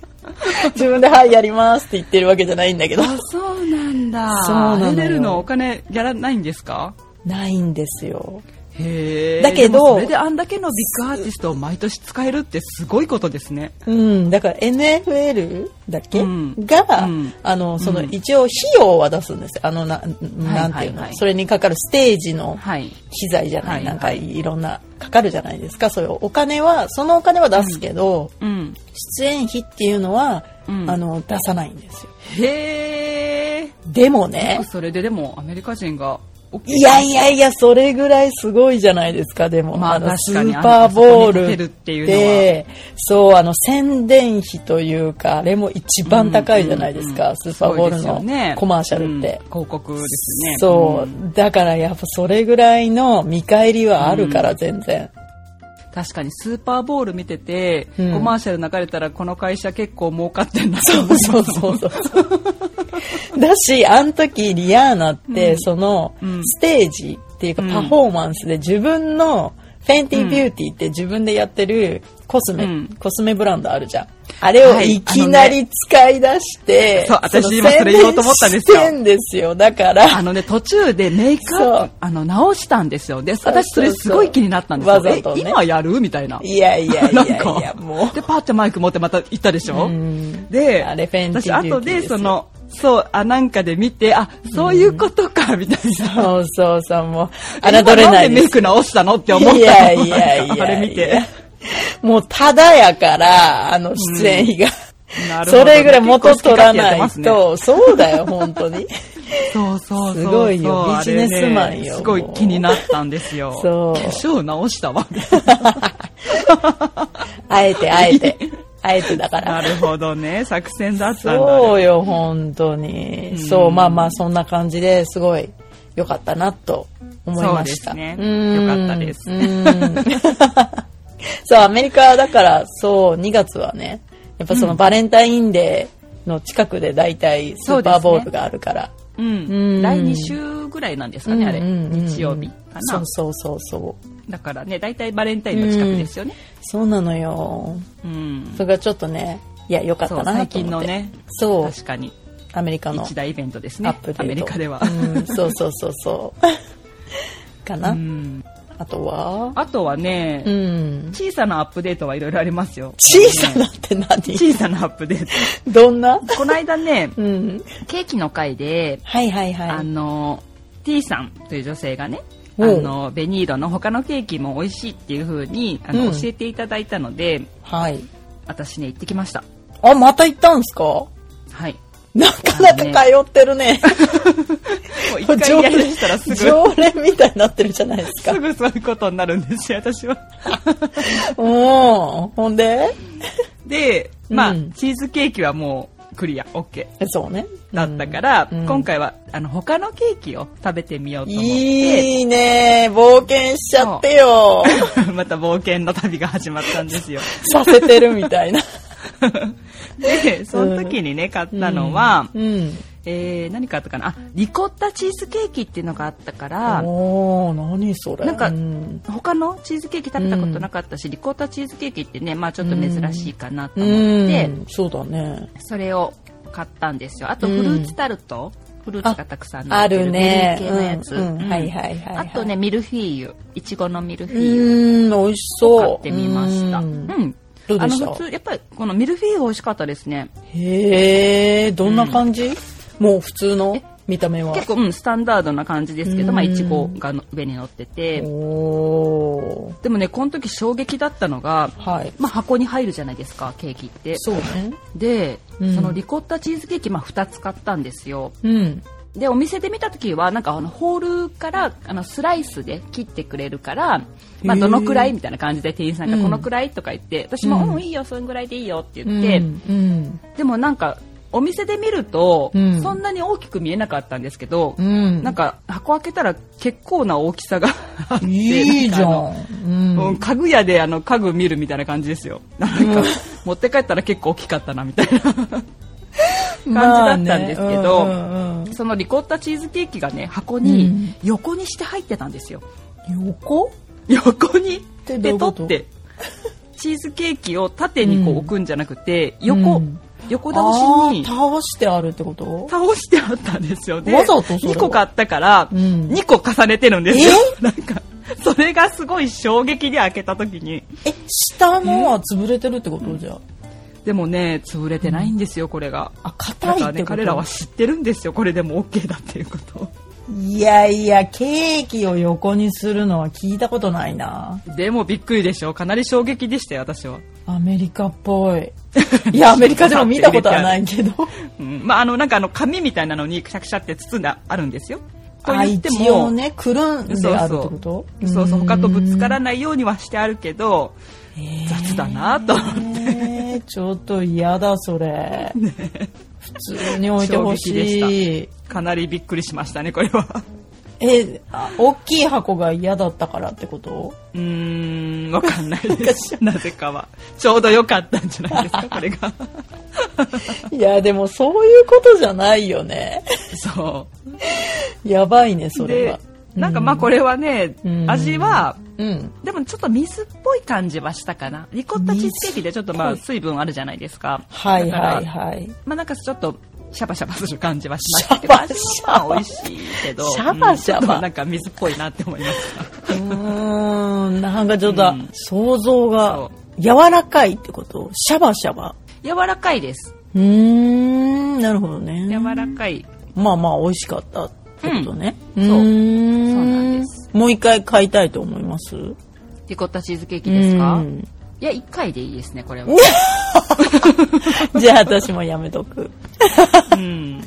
[SPEAKER 2] *laughs* 自分で「はいやります」って言ってるわけじゃないんだけど
[SPEAKER 1] あそうなんだ
[SPEAKER 2] そうなのよ
[SPEAKER 1] レベルのお金やらないんですか
[SPEAKER 2] ないんですよ
[SPEAKER 1] へえ
[SPEAKER 2] だけど
[SPEAKER 1] それであんだけのビッグアーティストを毎年使えるってすごいことですね
[SPEAKER 2] うん、だから NFL だっけ、
[SPEAKER 1] うん
[SPEAKER 2] が、
[SPEAKER 1] うん
[SPEAKER 2] あの、その
[SPEAKER 1] うん
[SPEAKER 2] 一応費用は出すんですよ。あの、な、なんていうの、
[SPEAKER 1] はい
[SPEAKER 2] それにかかるステージの
[SPEAKER 1] はい
[SPEAKER 2] 機材じゃない、
[SPEAKER 1] はい
[SPEAKER 2] なんかいろんな、かかるじゃないですか。そういうお金は、そのお金は出すけど、
[SPEAKER 1] うん
[SPEAKER 2] 出演費っていうのは、
[SPEAKER 1] うん
[SPEAKER 2] あの、出さないんですよ。
[SPEAKER 1] へえ
[SPEAKER 2] でもね、
[SPEAKER 1] それででもアメリカ人が OK
[SPEAKER 2] いやいやいや、それぐらいすごいじゃないですか、でも。
[SPEAKER 1] まあ
[SPEAKER 2] の
[SPEAKER 1] 確かに
[SPEAKER 2] スーパーボー
[SPEAKER 1] あ
[SPEAKER 2] ル
[SPEAKER 1] のそ
[SPEAKER 2] っ
[SPEAKER 1] こに立てるっていうのは
[SPEAKER 2] て、そう、あの、宣伝費というか、あれも一番高いじゃないですか、スーパーボール
[SPEAKER 1] すごいですよね
[SPEAKER 2] のコマーシャルって。
[SPEAKER 1] うん広告ですね
[SPEAKER 2] そう、
[SPEAKER 1] ん
[SPEAKER 2] だからやっぱそれぐらいの見返りはあるから、全然。
[SPEAKER 1] 確かにスーパーボール見てて、
[SPEAKER 2] うん
[SPEAKER 1] コマーシャル流れたらこの会社結構儲かってんな
[SPEAKER 2] そうそうそうそう。だし、あの時、リアーナって、その
[SPEAKER 1] うん、
[SPEAKER 2] ステージっていうか、
[SPEAKER 1] うん
[SPEAKER 2] パフォーマンスで自分の、フェンティビューティーって自分でやってるコスメ、
[SPEAKER 1] うん
[SPEAKER 2] コスメブランドあるじゃん。あれをいきなり使い出して、
[SPEAKER 1] そう私
[SPEAKER 2] の
[SPEAKER 1] 今それ言おうと思ったんですよ
[SPEAKER 2] 宣伝してんですよ。だから、
[SPEAKER 1] あのね、途中でメイク
[SPEAKER 2] そ
[SPEAKER 1] アッ
[SPEAKER 2] う
[SPEAKER 1] プ、あの、直したんですよ。で、
[SPEAKER 2] うそう
[SPEAKER 1] 私それすごい気になったんです
[SPEAKER 2] わ
[SPEAKER 1] よ。
[SPEAKER 2] ざとね
[SPEAKER 1] え、今やるみたいな。
[SPEAKER 2] いやいやい
[SPEAKER 1] な
[SPEAKER 2] や
[SPEAKER 1] ん
[SPEAKER 2] いや
[SPEAKER 1] か、
[SPEAKER 2] もう。
[SPEAKER 1] で、パーってマイク持ってまた行ったでしょ
[SPEAKER 2] うん
[SPEAKER 1] で、
[SPEAKER 2] あれフェンティ
[SPEAKER 1] 私
[SPEAKER 2] デューティー
[SPEAKER 1] 後
[SPEAKER 2] ですよ
[SPEAKER 1] で、その、そう、あ、なんかで見て、あ、そういうことか、みたいな。
[SPEAKER 2] そうそうそう、もう、侮れない
[SPEAKER 1] ん
[SPEAKER 2] で
[SPEAKER 1] でメイ
[SPEAKER 2] す。
[SPEAKER 1] ク直したのって思ったの
[SPEAKER 2] いやいやいやい
[SPEAKER 1] *laughs*
[SPEAKER 2] や
[SPEAKER 1] あれ見て。
[SPEAKER 2] もう、ただやから、あの、出演費が。
[SPEAKER 1] なるほど
[SPEAKER 2] それぐらい元取ら
[SPEAKER 1] 結
[SPEAKER 2] な
[SPEAKER 1] 構好き勝手やってま
[SPEAKER 2] い
[SPEAKER 1] すね
[SPEAKER 2] と、そうだよ、本当に。
[SPEAKER 1] そうそうそうそう。
[SPEAKER 2] すごいよ
[SPEAKER 1] あれね
[SPEAKER 2] ビジネスマンよ
[SPEAKER 1] すごい気になったんですよ。
[SPEAKER 2] そう
[SPEAKER 1] 化粧直したわ。
[SPEAKER 2] *laughs* あえて、あえて。あえてだから。
[SPEAKER 1] *laughs* なるほどね。作戦だったんだ。あ
[SPEAKER 2] そう
[SPEAKER 1] れ
[SPEAKER 2] よ、本当に。そう、まあまあ、そんな感じですごい良かったなと思いました。
[SPEAKER 1] そうですね
[SPEAKER 2] うん
[SPEAKER 1] 良かったです
[SPEAKER 2] うん *laughs* そう、アメリカはだから、そう、2月はね、やっぱそのバレンタインデーの近くで大体スーパーボールがあるから。
[SPEAKER 1] う
[SPEAKER 2] うん
[SPEAKER 1] ん。来2週ぐらいなんですかね、あれ。
[SPEAKER 2] うんうんうん
[SPEAKER 1] 日曜日か
[SPEAKER 2] そ
[SPEAKER 1] な
[SPEAKER 2] う。そうそうそう。
[SPEAKER 1] だからね、大体バレンタインの近くですよね。
[SPEAKER 2] そうなのよ。
[SPEAKER 1] うん。
[SPEAKER 2] それがちょっとね、いや、良かった
[SPEAKER 1] そ
[SPEAKER 2] な
[SPEAKER 1] う、
[SPEAKER 2] と思
[SPEAKER 1] 最近
[SPEAKER 2] って。
[SPEAKER 1] のね。
[SPEAKER 2] そう、
[SPEAKER 1] 確かに。
[SPEAKER 2] アメリカの。
[SPEAKER 1] 一大イベントですね
[SPEAKER 2] アップデー。ト
[SPEAKER 1] アメリカでは。
[SPEAKER 2] うんそうそうそう
[SPEAKER 1] *laughs*
[SPEAKER 2] そう。かな。
[SPEAKER 1] うん
[SPEAKER 2] あとは
[SPEAKER 1] あとはね
[SPEAKER 2] う、ん。
[SPEAKER 1] 小さなアップデートはいろいろありますよ。
[SPEAKER 2] 小さなって何
[SPEAKER 1] 小さなアップデート。
[SPEAKER 2] どんな
[SPEAKER 1] この間ね、
[SPEAKER 2] うん。
[SPEAKER 1] ケーキの回で、
[SPEAKER 2] はいはいは
[SPEAKER 1] あ
[SPEAKER 2] い。
[SPEAKER 1] の T さんという女性がねあ
[SPEAKER 2] おう
[SPEAKER 1] のベニードの他のケーキも美味しいっていう風にあの、
[SPEAKER 2] うん
[SPEAKER 1] 教えていただいたので
[SPEAKER 2] はい。
[SPEAKER 1] 私ね行ってきました
[SPEAKER 2] あ、また行ったんすか *laughs*
[SPEAKER 1] はい
[SPEAKER 2] なかなか通ってるね。
[SPEAKER 1] もう一回やりだしたらすぐす
[SPEAKER 2] 常連みたいになってるじゃないですか。
[SPEAKER 1] ぐそういうことになるんですよ私は
[SPEAKER 2] うん。ほんで
[SPEAKER 1] でまあ、
[SPEAKER 2] うん
[SPEAKER 1] チーズケーキはもうクリア OK
[SPEAKER 2] そうね。
[SPEAKER 1] だったから、
[SPEAKER 2] うん
[SPEAKER 1] 今回はあの他のケーキを食べてみようと思って
[SPEAKER 2] いいね冒険しちゃってよ
[SPEAKER 1] *laughs* また冒険の旅が始まったんですよ
[SPEAKER 2] させてるみた
[SPEAKER 1] *laughs*
[SPEAKER 2] いな。
[SPEAKER 1] でその時にね買ったのは、
[SPEAKER 2] うん。
[SPEAKER 1] えー何かあったかなあリコッタチーズケーキっていうのがあったから
[SPEAKER 2] おー、何それ。
[SPEAKER 1] なんか
[SPEAKER 2] うん
[SPEAKER 1] 他のチーズケーキ食べたことなかったし、リコッタチーズケーキってね、まあ、ちょっと珍しいかなと思って、
[SPEAKER 2] うんそうだね。
[SPEAKER 1] それを買ったんですよあと
[SPEAKER 2] うん
[SPEAKER 1] フルーツタルト、フルーツがたくさん
[SPEAKER 2] あ
[SPEAKER 1] 入って
[SPEAKER 2] る
[SPEAKER 1] る
[SPEAKER 2] ね。
[SPEAKER 1] ベリー系のやつ、
[SPEAKER 2] うんうん
[SPEAKER 1] うん
[SPEAKER 2] はいはいはいはい。
[SPEAKER 1] あとねミルフィーユいちごのミルフ
[SPEAKER 2] う
[SPEAKER 1] ィーユ
[SPEAKER 2] ーん、美味し
[SPEAKER 1] 買
[SPEAKER 2] そう。
[SPEAKER 1] ってみました
[SPEAKER 2] う
[SPEAKER 1] うんん、
[SPEAKER 2] ど
[SPEAKER 1] あ
[SPEAKER 2] うで
[SPEAKER 1] の
[SPEAKER 2] した
[SPEAKER 1] 普通やっぱりこのミルフィーユ美味しかったですね
[SPEAKER 2] へえ、どんな感じ、もう普通の見た目は。
[SPEAKER 1] 結構、うん、スタンダードな感じですけど、まあ、いちごがの上に乗ってて、
[SPEAKER 2] おー
[SPEAKER 1] でもねこの時衝撃だったのが、
[SPEAKER 2] はい。
[SPEAKER 1] まあ、箱に入るじゃないですかケーキって
[SPEAKER 2] そうね。
[SPEAKER 1] で、
[SPEAKER 2] うん
[SPEAKER 1] そのリコッタチーズケーキ、まあ、2つ買ったんですよ
[SPEAKER 2] うん。
[SPEAKER 1] でお店で見た時はなんかあのホールからあのスライスで切ってくれるから、まあ、
[SPEAKER 2] へー
[SPEAKER 1] どのくらいみたいな感じで店員さんが
[SPEAKER 2] うん
[SPEAKER 1] このくらいとか言って私も
[SPEAKER 2] う
[SPEAKER 1] 「
[SPEAKER 2] ん
[SPEAKER 1] うんいいよそんぐらいでいいよ」って言って、
[SPEAKER 2] うん。
[SPEAKER 1] でもなんかお店で見ると、
[SPEAKER 2] うん
[SPEAKER 1] そんなに大きく見えなかったんですけど、
[SPEAKER 2] うん。
[SPEAKER 1] なんか箱開けたら結構な大きさがあって
[SPEAKER 2] いいじ
[SPEAKER 1] なん
[SPEAKER 2] ゃ
[SPEAKER 1] かあの
[SPEAKER 2] ん。うん。
[SPEAKER 1] うん、家具屋であの家具見るみたいな感じですよなんか、持って帰ったら結構大きかったなみたい
[SPEAKER 2] *laughs*
[SPEAKER 1] な感じだったんですけど、
[SPEAKER 2] まあねうんうん
[SPEAKER 1] そのリコッタチーズケーキがね箱
[SPEAKER 2] う
[SPEAKER 1] に
[SPEAKER 2] ん
[SPEAKER 1] 横にして入ってたんですよ
[SPEAKER 2] うん横
[SPEAKER 1] 横に
[SPEAKER 2] てどうい
[SPEAKER 1] で
[SPEAKER 2] うこ
[SPEAKER 1] 取
[SPEAKER 2] と
[SPEAKER 1] ってチーズケーキを縦にこ
[SPEAKER 2] うん
[SPEAKER 1] う置くんじゃなくて横、
[SPEAKER 2] うん
[SPEAKER 1] 横倒
[SPEAKER 2] あ
[SPEAKER 1] しに
[SPEAKER 2] ー倒してあるってこと
[SPEAKER 1] 倒してあったんですよで
[SPEAKER 2] わざとそれは
[SPEAKER 1] 2個買ったから
[SPEAKER 2] うん
[SPEAKER 1] 2個重ねてるんですよ、なんかそれがすごい衝撃で開けた時に
[SPEAKER 2] え、下のは潰れてるってことじゃあ。
[SPEAKER 1] でもね潰れてないんですよこれが
[SPEAKER 2] あ、
[SPEAKER 1] だ
[SPEAKER 2] 硬
[SPEAKER 1] か
[SPEAKER 2] いって
[SPEAKER 1] ら
[SPEAKER 2] こと
[SPEAKER 1] ね彼らは知ってるんですよこれでも OK だっていうこと
[SPEAKER 2] いやいや、ケーキを横にするのは聞いたことないな。
[SPEAKER 1] でもびっくりでしょかなり衝撃でしたよ私は、
[SPEAKER 2] アメリカっ
[SPEAKER 1] *laughs*
[SPEAKER 2] ぽい。いや、アメリカでも見たことはないけど。
[SPEAKER 1] うん、まああのなんかあの紙みたいなのにくしゃくしゃって包んであるんですよと
[SPEAKER 2] あ、
[SPEAKER 1] 言って
[SPEAKER 2] 一
[SPEAKER 1] も
[SPEAKER 2] 応ね、くるんであるってこと
[SPEAKER 1] そうそう他とぶつから
[SPEAKER 2] な
[SPEAKER 1] ないようにはしてあるけど雑だなと思って
[SPEAKER 2] えー、ちょっと嫌だ、
[SPEAKER 1] *laughs*
[SPEAKER 2] それ。普通に置いてほし
[SPEAKER 1] 衝撃
[SPEAKER 2] い。
[SPEAKER 1] かなりびっくりしましたねこれは
[SPEAKER 2] え、あ大きい箱が嫌だったからってこと
[SPEAKER 1] うーんわかんないですなぜかはちょうど良かったんじゃないですかこれが
[SPEAKER 2] いや、でもそういうことじゃないよね。
[SPEAKER 1] そう
[SPEAKER 2] やばいね、それ
[SPEAKER 1] で
[SPEAKER 2] は。
[SPEAKER 1] なんかまあこれはね、
[SPEAKER 2] うん
[SPEAKER 1] 味は
[SPEAKER 2] うん。
[SPEAKER 1] でもちょっと水っぽい感じはしたかなリコッタチーズケーキでちょっとまあ
[SPEAKER 2] 水
[SPEAKER 1] 水分あるじゃないですか
[SPEAKER 2] はいはい
[SPEAKER 1] だから
[SPEAKER 2] はい。
[SPEAKER 1] まあなんかちょっとシャバシャバする感じはしまし
[SPEAKER 2] *laughs* シ
[SPEAKER 1] た
[SPEAKER 2] ャ
[SPEAKER 1] け
[SPEAKER 2] バ
[SPEAKER 1] ど味はまあ美味しいけど
[SPEAKER 2] シャバシャバ
[SPEAKER 1] うんちょっとなんか水っぽいなって思いました
[SPEAKER 2] うーん、 *laughs* なんかちょっと、
[SPEAKER 1] うん
[SPEAKER 2] 想像
[SPEAKER 1] そ
[SPEAKER 2] が
[SPEAKER 1] う
[SPEAKER 2] 柔らかいってことシャバシャバ。
[SPEAKER 1] 柔らかいです
[SPEAKER 2] うーん、なるほどね。
[SPEAKER 1] 柔らかい
[SPEAKER 2] まあまあ美味しかったってことね。う
[SPEAKER 1] うんそう
[SPEAKER 2] ーん
[SPEAKER 1] そうなんです。
[SPEAKER 2] もう一回買いたいと思います。い
[SPEAKER 1] リコッタチーズケーキですか
[SPEAKER 2] ん、 *laughs*
[SPEAKER 1] いや1回でいいですねこれは
[SPEAKER 2] じゃあ私もやめとく。
[SPEAKER 1] うん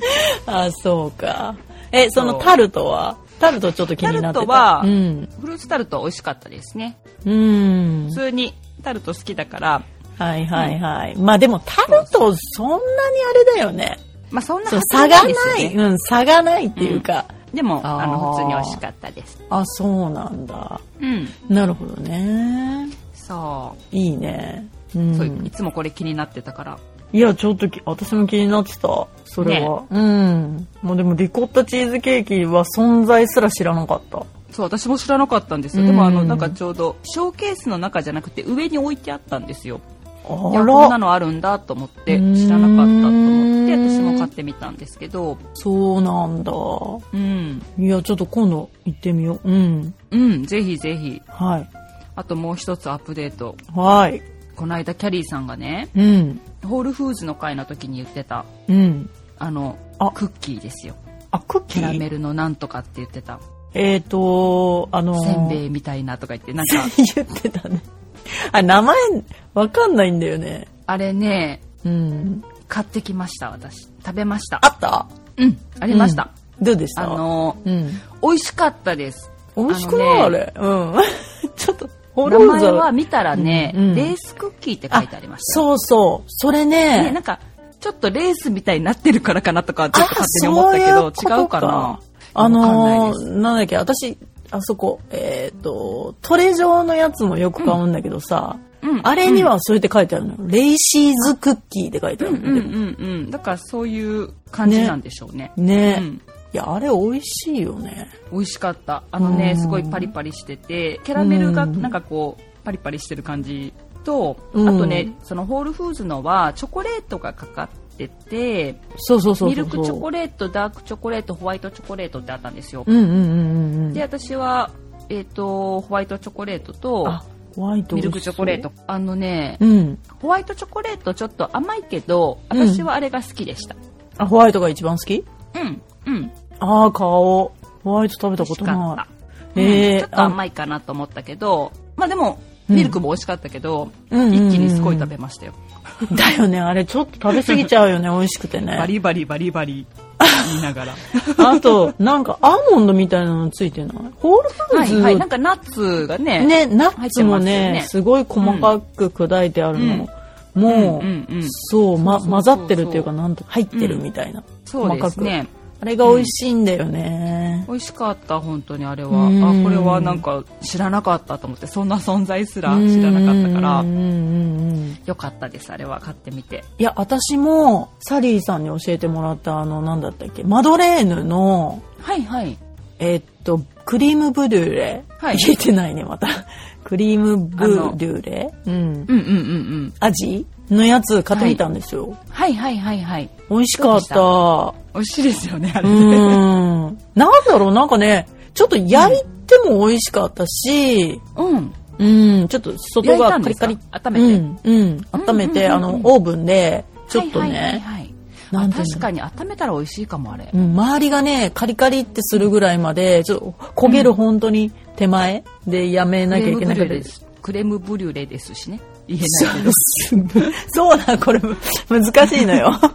[SPEAKER 2] あ、そうか。え、その
[SPEAKER 1] そう
[SPEAKER 2] タルトはタルトちょっと気になってた。
[SPEAKER 1] タルトは
[SPEAKER 2] うん。
[SPEAKER 1] フルーツタルト美味しかったですね
[SPEAKER 2] うん
[SPEAKER 1] 普。通にタルト好きだから
[SPEAKER 2] はいはいはい。まあでもタルトそんなにあれだよね。
[SPEAKER 1] まあそんな
[SPEAKER 2] そう、
[SPEAKER 1] は
[SPEAKER 2] 差
[SPEAKER 1] ず
[SPEAKER 2] が
[SPEAKER 1] い
[SPEAKER 2] ない
[SPEAKER 1] ですよね。
[SPEAKER 2] うん、差がないっていうか。
[SPEAKER 1] でも
[SPEAKER 2] あー
[SPEAKER 1] あの普通に美味しかったです
[SPEAKER 2] あ、そうなんだ。
[SPEAKER 1] うん
[SPEAKER 2] なるほどね。
[SPEAKER 1] そ
[SPEAKER 2] いいね。う
[SPEAKER 1] う,、
[SPEAKER 2] ん。
[SPEAKER 1] そういつもこれ気になってたから
[SPEAKER 2] いや、ちょっとき私も気になってた。それは。うん。もうでも、リコッタチーズケーキは存在すら知らなかった。
[SPEAKER 1] そう私も知らなかったんです
[SPEAKER 2] う
[SPEAKER 1] よ
[SPEAKER 2] ん
[SPEAKER 1] でもあのなんかちょうどショーケースの中じゃなくて上に置いてあったんですよい
[SPEAKER 2] あ
[SPEAKER 1] やこんな
[SPEAKER 2] ら。
[SPEAKER 1] のあるんだと思って
[SPEAKER 2] うん
[SPEAKER 1] 知らなかったと思って私も買ってみたんですけど
[SPEAKER 2] そうなんだ。
[SPEAKER 1] うん
[SPEAKER 2] いや、ちょっと今度行ってみよう。うん。
[SPEAKER 1] うんぜひぜひ
[SPEAKER 2] はい。
[SPEAKER 1] あともう一つアップデート
[SPEAKER 2] はい。
[SPEAKER 1] この間キャリーさんがね
[SPEAKER 2] うん。
[SPEAKER 1] ホールフーズの会の時に言ってた
[SPEAKER 2] うん。
[SPEAKER 1] あの
[SPEAKER 2] あ
[SPEAKER 1] クッキーですよ
[SPEAKER 2] あ、クッ
[SPEAKER 1] キ
[SPEAKER 2] キ
[SPEAKER 1] ャラメ
[SPEAKER 2] ー
[SPEAKER 1] ルのなんとかって言ってた
[SPEAKER 2] えっ、ー、と、あのー
[SPEAKER 1] せんべいみたいなとか言ってなんか
[SPEAKER 2] *laughs* 言ってたね。あ、名前、わかんないんだよね。
[SPEAKER 1] あれね
[SPEAKER 2] うん。
[SPEAKER 1] 買ってきました私食べました
[SPEAKER 2] あった
[SPEAKER 1] うんありました、
[SPEAKER 2] どうでした
[SPEAKER 1] あ、の
[SPEAKER 2] うん。
[SPEAKER 1] 美味しかったです
[SPEAKER 2] 美味しくないあ,、
[SPEAKER 1] あのね
[SPEAKER 2] れ。うん。 *laughs* ちょっと、ホ
[SPEAKER 1] 名前は見たらね、
[SPEAKER 2] うんうん
[SPEAKER 1] レースクッキーって書いてありましたよ
[SPEAKER 2] そうそう。それね。
[SPEAKER 1] ね、なんかちょっとレースみたいになってるからかなとかちょっと
[SPEAKER 2] あ
[SPEAKER 1] 勝手に思ったけど
[SPEAKER 2] そういうこと
[SPEAKER 1] 違うかな
[SPEAKER 2] あ
[SPEAKER 1] わかんない
[SPEAKER 2] の
[SPEAKER 1] です
[SPEAKER 2] ー、なんだっけ、私、あそこ、えっ、と、トレ状のやつもよく買うんだけどさ、
[SPEAKER 1] うん
[SPEAKER 2] あれにはそれって書いてあるのよ。レイシーズクッキーって書いてあ
[SPEAKER 1] うん
[SPEAKER 2] る
[SPEAKER 1] うん
[SPEAKER 2] の、
[SPEAKER 1] うん
[SPEAKER 2] で
[SPEAKER 1] う
[SPEAKER 2] も
[SPEAKER 1] んうんだからそういう感じなんでしょうね
[SPEAKER 2] ね、
[SPEAKER 1] うん
[SPEAKER 2] いや、あれ美味しいよね。
[SPEAKER 1] 美味しかったあのね
[SPEAKER 2] うん
[SPEAKER 1] すごいパリパリしててキャラメルが
[SPEAKER 2] うん
[SPEAKER 1] なんかこうパリパリしてる感じとあ
[SPEAKER 2] うん
[SPEAKER 1] とねそのホールフーズのはチョコレートがかかってて
[SPEAKER 2] そうそうそうそう。
[SPEAKER 1] ミルクチョコレートダークチョコレートホワイトチョコレートってあったんですよ
[SPEAKER 2] うんうんうんうんうん。
[SPEAKER 1] で私は、えー、とホワイトチョコレートと
[SPEAKER 2] あ、ホワイト
[SPEAKER 1] ミルクチョコレート。あのね
[SPEAKER 2] うん。
[SPEAKER 1] ホワイトチョコレートちょっと甘いけど
[SPEAKER 2] うん
[SPEAKER 1] 私はあれが好きでした
[SPEAKER 2] あ、ホワイトが一番好き
[SPEAKER 1] うんうん
[SPEAKER 2] ああ、顔。ホワイト食べ
[SPEAKER 1] 美
[SPEAKER 2] た
[SPEAKER 1] 味
[SPEAKER 2] こ
[SPEAKER 1] し
[SPEAKER 2] と
[SPEAKER 1] かっ
[SPEAKER 2] な
[SPEAKER 1] た、
[SPEAKER 2] えー
[SPEAKER 1] うんちょっと甘いかなと思ったけどまあでも
[SPEAKER 2] うん
[SPEAKER 1] ミルクも美味しかったけど、
[SPEAKER 2] い。うんうんうん
[SPEAKER 1] 一気にすごい食べましたよ、
[SPEAKER 2] だよね、あれちょっと食べ過ぎちゃうよね、美味しくて
[SPEAKER 1] *laughs*
[SPEAKER 2] ね。
[SPEAKER 1] バリバリバリバ
[SPEAKER 2] *laughs*
[SPEAKER 1] リ言いながら
[SPEAKER 2] あと、なんかアーモンドみたいなのついてないホールフー
[SPEAKER 1] はい
[SPEAKER 2] ズ、
[SPEAKER 1] はいなんかナッツがね
[SPEAKER 2] ね、ナッ
[SPEAKER 1] 入っ
[SPEAKER 2] ツ
[SPEAKER 1] て
[SPEAKER 2] も
[SPEAKER 1] ますよ
[SPEAKER 2] ね
[SPEAKER 1] ね
[SPEAKER 2] すごい細かく砕いてあるの。
[SPEAKER 1] うん
[SPEAKER 2] もう、
[SPEAKER 1] うんうん
[SPEAKER 2] そう、
[SPEAKER 1] そ
[SPEAKER 2] ま、
[SPEAKER 1] うそうそう
[SPEAKER 2] 混ざってるっていうか、なんと入ってるみたいな。
[SPEAKER 1] そうですね
[SPEAKER 2] あれが美味しいんだよね。
[SPEAKER 1] 美味しかった本当にあれは
[SPEAKER 2] うん
[SPEAKER 1] あこれはなんか知らなかったと思ってそんな存在すら知らなかったか
[SPEAKER 2] う
[SPEAKER 1] ら
[SPEAKER 2] んうんうんうん
[SPEAKER 1] よかったですあれは買ってみて
[SPEAKER 2] いや、私も、サリーさんに教えてもらった、あの、なんだったっけ、マドレーヌの、
[SPEAKER 1] はいはい
[SPEAKER 2] えっと、クリームブリュレ。
[SPEAKER 1] はい
[SPEAKER 2] 言えてないね、
[SPEAKER 1] *laughs*
[SPEAKER 2] また。クリームブリュレうん。
[SPEAKER 1] うんうんうんうん
[SPEAKER 2] 味のやつ買ってみたんですよ。
[SPEAKER 1] はいはいはいはい
[SPEAKER 2] 美味しかった。
[SPEAKER 1] 美味しいですよねあ
[SPEAKER 2] う
[SPEAKER 1] れね
[SPEAKER 2] ーん。なんだろう、なんかね、ちょっと焼いても美味しかったし、
[SPEAKER 1] うん
[SPEAKER 2] うん、ちょっと外
[SPEAKER 1] 焼い
[SPEAKER 2] が
[SPEAKER 1] たん
[SPEAKER 2] カ
[SPEAKER 1] で
[SPEAKER 2] リ
[SPEAKER 1] すか
[SPEAKER 2] カ
[SPEAKER 1] 温
[SPEAKER 2] リ。
[SPEAKER 1] めて、
[SPEAKER 2] うん、うん。温めて、
[SPEAKER 1] うん
[SPEAKER 2] あ
[SPEAKER 1] うんうんうん
[SPEAKER 2] の、オーブンで、ちょっと
[SPEAKER 1] は
[SPEAKER 2] ね、
[SPEAKER 1] いはいはい
[SPEAKER 2] な
[SPEAKER 1] はい、
[SPEAKER 2] ん
[SPEAKER 1] あ
[SPEAKER 2] ていうの
[SPEAKER 1] 確かに温めたら美味しいかもあれ
[SPEAKER 2] うん周りがね、カリカリってするぐらいまで、ちょっと焦げる本当に手前でやめなきゃいけなくて、
[SPEAKER 1] クレームブリュレですしね言え
[SPEAKER 2] そ
[SPEAKER 1] ないけ
[SPEAKER 2] う
[SPEAKER 1] ど
[SPEAKER 2] *laughs* そうなん、これ、難しいのよ。
[SPEAKER 1] うん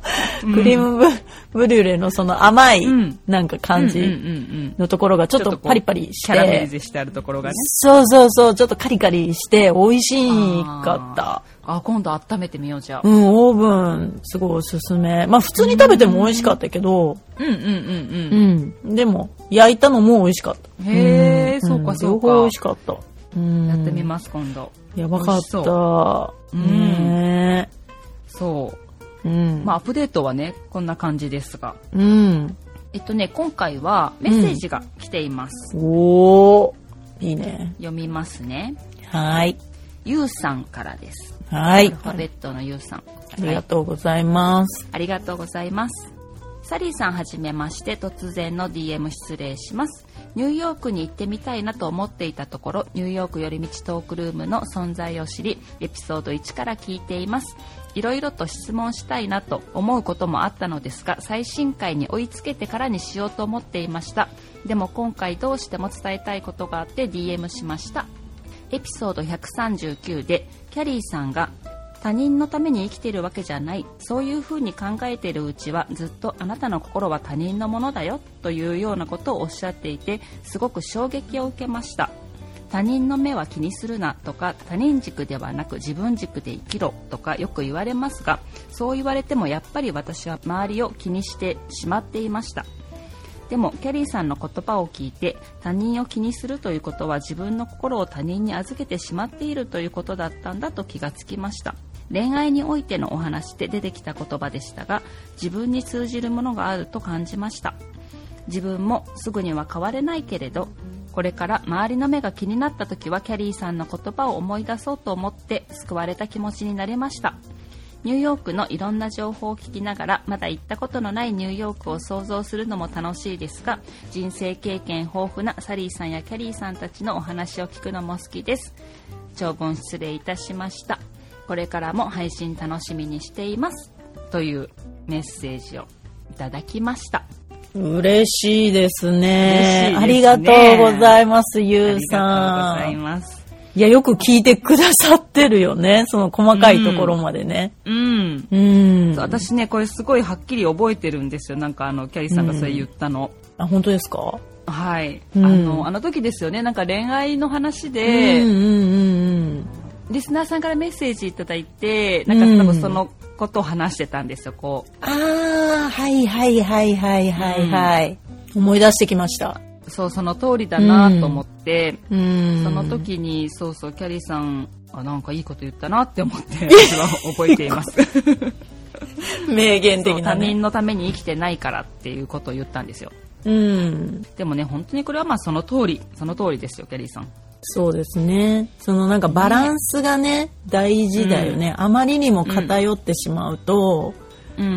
[SPEAKER 2] クリームブブリュレのその甘い
[SPEAKER 1] うん、
[SPEAKER 2] なんか
[SPEAKER 1] う
[SPEAKER 2] 感
[SPEAKER 1] んうん
[SPEAKER 2] じ
[SPEAKER 1] うんうん
[SPEAKER 2] のところがちょっ
[SPEAKER 1] ちょ
[SPEAKER 2] と
[SPEAKER 1] っとこう
[SPEAKER 2] パリパリし
[SPEAKER 1] キャラメリ
[SPEAKER 2] て、
[SPEAKER 1] ゼしてあるところがね
[SPEAKER 2] そうそうそう、ちょっとカリカリして、美味しかった。
[SPEAKER 1] あ今度温めてみようじゃあ
[SPEAKER 2] うん、オーブン、すごいおすすめ。まあ、普通に食べても美味しかったけど、
[SPEAKER 1] うんうんうん
[SPEAKER 2] う
[SPEAKER 1] うん
[SPEAKER 2] ん。でも、焼いたのも美味しかった。
[SPEAKER 1] へー
[SPEAKER 2] ん
[SPEAKER 1] そうか
[SPEAKER 2] ん
[SPEAKER 1] そうか
[SPEAKER 2] 両方美味しかった。うん
[SPEAKER 1] やってみます今度
[SPEAKER 2] やばか
[SPEAKER 1] 美
[SPEAKER 2] っ
[SPEAKER 1] 味し
[SPEAKER 2] た。
[SPEAKER 1] う
[SPEAKER 2] ね
[SPEAKER 1] そう
[SPEAKER 2] えうん。
[SPEAKER 1] まあアップデートはねこんな感じですが
[SPEAKER 2] うん。
[SPEAKER 1] えっとね今回はメッセージが来ています、
[SPEAKER 2] おー。いいね。
[SPEAKER 1] 読みますね。
[SPEAKER 2] はい。
[SPEAKER 1] ゆうさんからです。
[SPEAKER 2] は
[SPEAKER 1] ア
[SPEAKER 2] い
[SPEAKER 1] ル。ファベットのゆうさん。
[SPEAKER 2] ありがとうございます。
[SPEAKER 1] ありがとうございます。サリーさんはじめまして突然の DM 失礼しますニューヨークに行ってみたいなと思っていたところニューヨーク寄り道トークルームの存在を知りエピソード1から聞いていますいろいろと質問したいなと思うこともあったのですが最新回に追いつけてからにしようと思っていましたでも今回どうしても伝えたいことがあって DM しましたエピソード139でキャリーさんが他人のために生きているわけじゃないそういうふうに考えているうちはずっとあなたの心は他人のものだよというようなことをおっしゃっていてすごく衝撃を受けました他人の目は気にするなとか他人軸ではなく自分軸で生きろとかよく言われますがそう言われてもやっぱり私は周りを気にしてしまっていましたでもキャリーさんの言葉を聞いて他人を気にするということは自分の心を他人に預けてしまっているということだったんだと気がつきました恋愛においてのお話で出てきた言葉でしたが自分に通じるものがあると感じました自分もすぐには変われないけれどこれから周りの目が気になった時はキャリーさんの言葉を思い出そうと思って救われた気持ちになれましたニューヨークのいろんな情報を聞きながらまだ行ったことのないニューヨークを想像するのも楽しいですが人生経験豊富なサリーさんやキャリーさんたちのお話を聞くのも好きです長文失礼いたしましたこれからも配信楽しみにしていますというメッセージをいただきました
[SPEAKER 2] 嬉しいですね。
[SPEAKER 1] 嬉
[SPEAKER 2] あ
[SPEAKER 1] しい
[SPEAKER 2] り
[SPEAKER 1] ですね
[SPEAKER 2] がとうございます、ゆう
[SPEAKER 1] あ
[SPEAKER 2] さ
[SPEAKER 1] りがとうござい
[SPEAKER 2] ん。
[SPEAKER 1] ます
[SPEAKER 2] いや、よく聞いてくださってるよね。その細かいところまでね。
[SPEAKER 1] うん
[SPEAKER 2] うん。
[SPEAKER 1] 私ねこれすごいはっきり覚えてるんですよなんかあのキャリーさんがそれ言ったの、
[SPEAKER 2] あ、本当ですか
[SPEAKER 1] はい、
[SPEAKER 2] うん
[SPEAKER 1] あのあの時ですよねなんか恋愛の話で、
[SPEAKER 2] うんうんうん
[SPEAKER 1] リスナーさんからメッセージいただいて
[SPEAKER 2] う
[SPEAKER 1] なんんか多分そのことを話してたんですよこう
[SPEAKER 2] ああ、はいはいはいはいはいはい。思い出してきました。
[SPEAKER 1] そうその通りだなと思って、
[SPEAKER 2] うん。
[SPEAKER 1] その時にそうそうキャリーさんあなんかいいこと言ったなって思って私は覚えています
[SPEAKER 2] *laughs* 名言
[SPEAKER 1] そ
[SPEAKER 2] 的
[SPEAKER 1] う
[SPEAKER 2] な
[SPEAKER 1] 他
[SPEAKER 2] ね。
[SPEAKER 1] 人のために生きてないからっていうことを言ったんですよ
[SPEAKER 2] うん。
[SPEAKER 1] でもね本当にこれはまあその通りその通りですよキャリーさん
[SPEAKER 2] そうですね。そのなんかバランスがね、大事だよね。あまりにも偏ってしまうと、
[SPEAKER 1] うん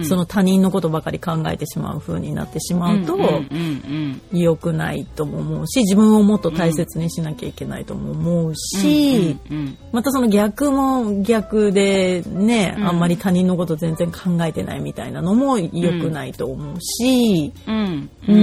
[SPEAKER 2] その他人のことばかり考えてしまう風になってしまうと、
[SPEAKER 1] うんうんうん
[SPEAKER 2] 良くないとも思うし、自分をもっと大切にしなきゃいけないとも思うし、
[SPEAKER 1] うんうんうん
[SPEAKER 2] またその逆も逆でね、
[SPEAKER 1] うん
[SPEAKER 2] あんまり他人のこと全然考えてないみたいなのも良くないと思うし、
[SPEAKER 1] うん
[SPEAKER 2] う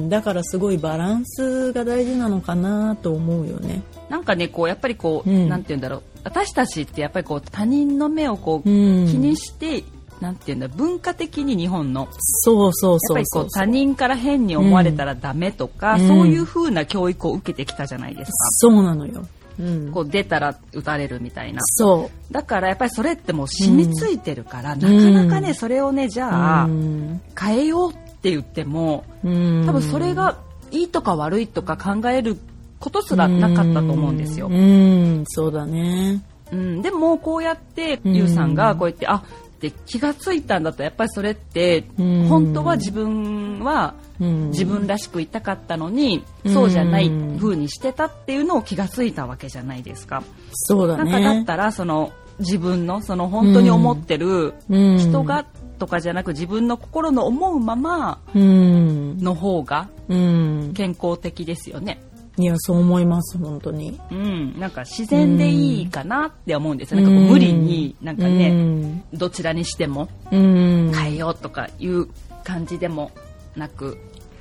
[SPEAKER 2] ん、だからすごいバランスが大事なのかなと思うよね。
[SPEAKER 1] なんかねこうやっぱりこう、
[SPEAKER 2] うん
[SPEAKER 1] なんて言うんだろう私たちってやっぱりこう他人の目をこう、
[SPEAKER 2] うん、
[SPEAKER 1] 気にしてなんて言うんだろう文化的に日本のやっ
[SPEAKER 2] そうそう
[SPEAKER 1] ぱ
[SPEAKER 2] そ
[SPEAKER 1] り
[SPEAKER 2] う
[SPEAKER 1] こ
[SPEAKER 2] そう
[SPEAKER 1] う他人から変に思われたらダメとか、
[SPEAKER 2] うん
[SPEAKER 1] そういう風な教育を受けてきたじゃないですか、
[SPEAKER 2] そうなのよ。うん、
[SPEAKER 1] こう出たら打たれるみたいな
[SPEAKER 2] そう。
[SPEAKER 1] だからやっぱりそれってもう染みついてるから、なかなかねそれをねじゃあ、
[SPEAKER 2] うん
[SPEAKER 1] 変えようって言っても
[SPEAKER 2] うん
[SPEAKER 1] 多分それがいいとか悪いとか考えることすらなかったと思うんですよ
[SPEAKER 2] う。ん、そうだね。
[SPEAKER 1] うん、でもこうやって
[SPEAKER 2] うん
[SPEAKER 1] ゆうさんがこうやってあって気がついたんだとやっぱりそれって
[SPEAKER 2] うん
[SPEAKER 1] 本当は自分は
[SPEAKER 2] うん、
[SPEAKER 1] 自分らしくいたかったのに
[SPEAKER 2] うん
[SPEAKER 1] そうじゃない風にしてたっていうのを気がついたわけじゃないですか。
[SPEAKER 2] そうだ
[SPEAKER 1] なん
[SPEAKER 2] ね。
[SPEAKER 1] かだったらその自分のその本当に思ってる
[SPEAKER 2] うん
[SPEAKER 1] 人がとかじゃなく自分の心の思うまま
[SPEAKER 2] うん、
[SPEAKER 1] の方が
[SPEAKER 2] うん、
[SPEAKER 1] 健康的ですよね。
[SPEAKER 2] いやそう思います本当に。
[SPEAKER 1] うん、なんか自然でいいかなって思うんですよ。なんかこう無理になんかね、
[SPEAKER 2] うん
[SPEAKER 1] どちらにしても
[SPEAKER 2] うん
[SPEAKER 1] 変えようとかいう感じでもなく、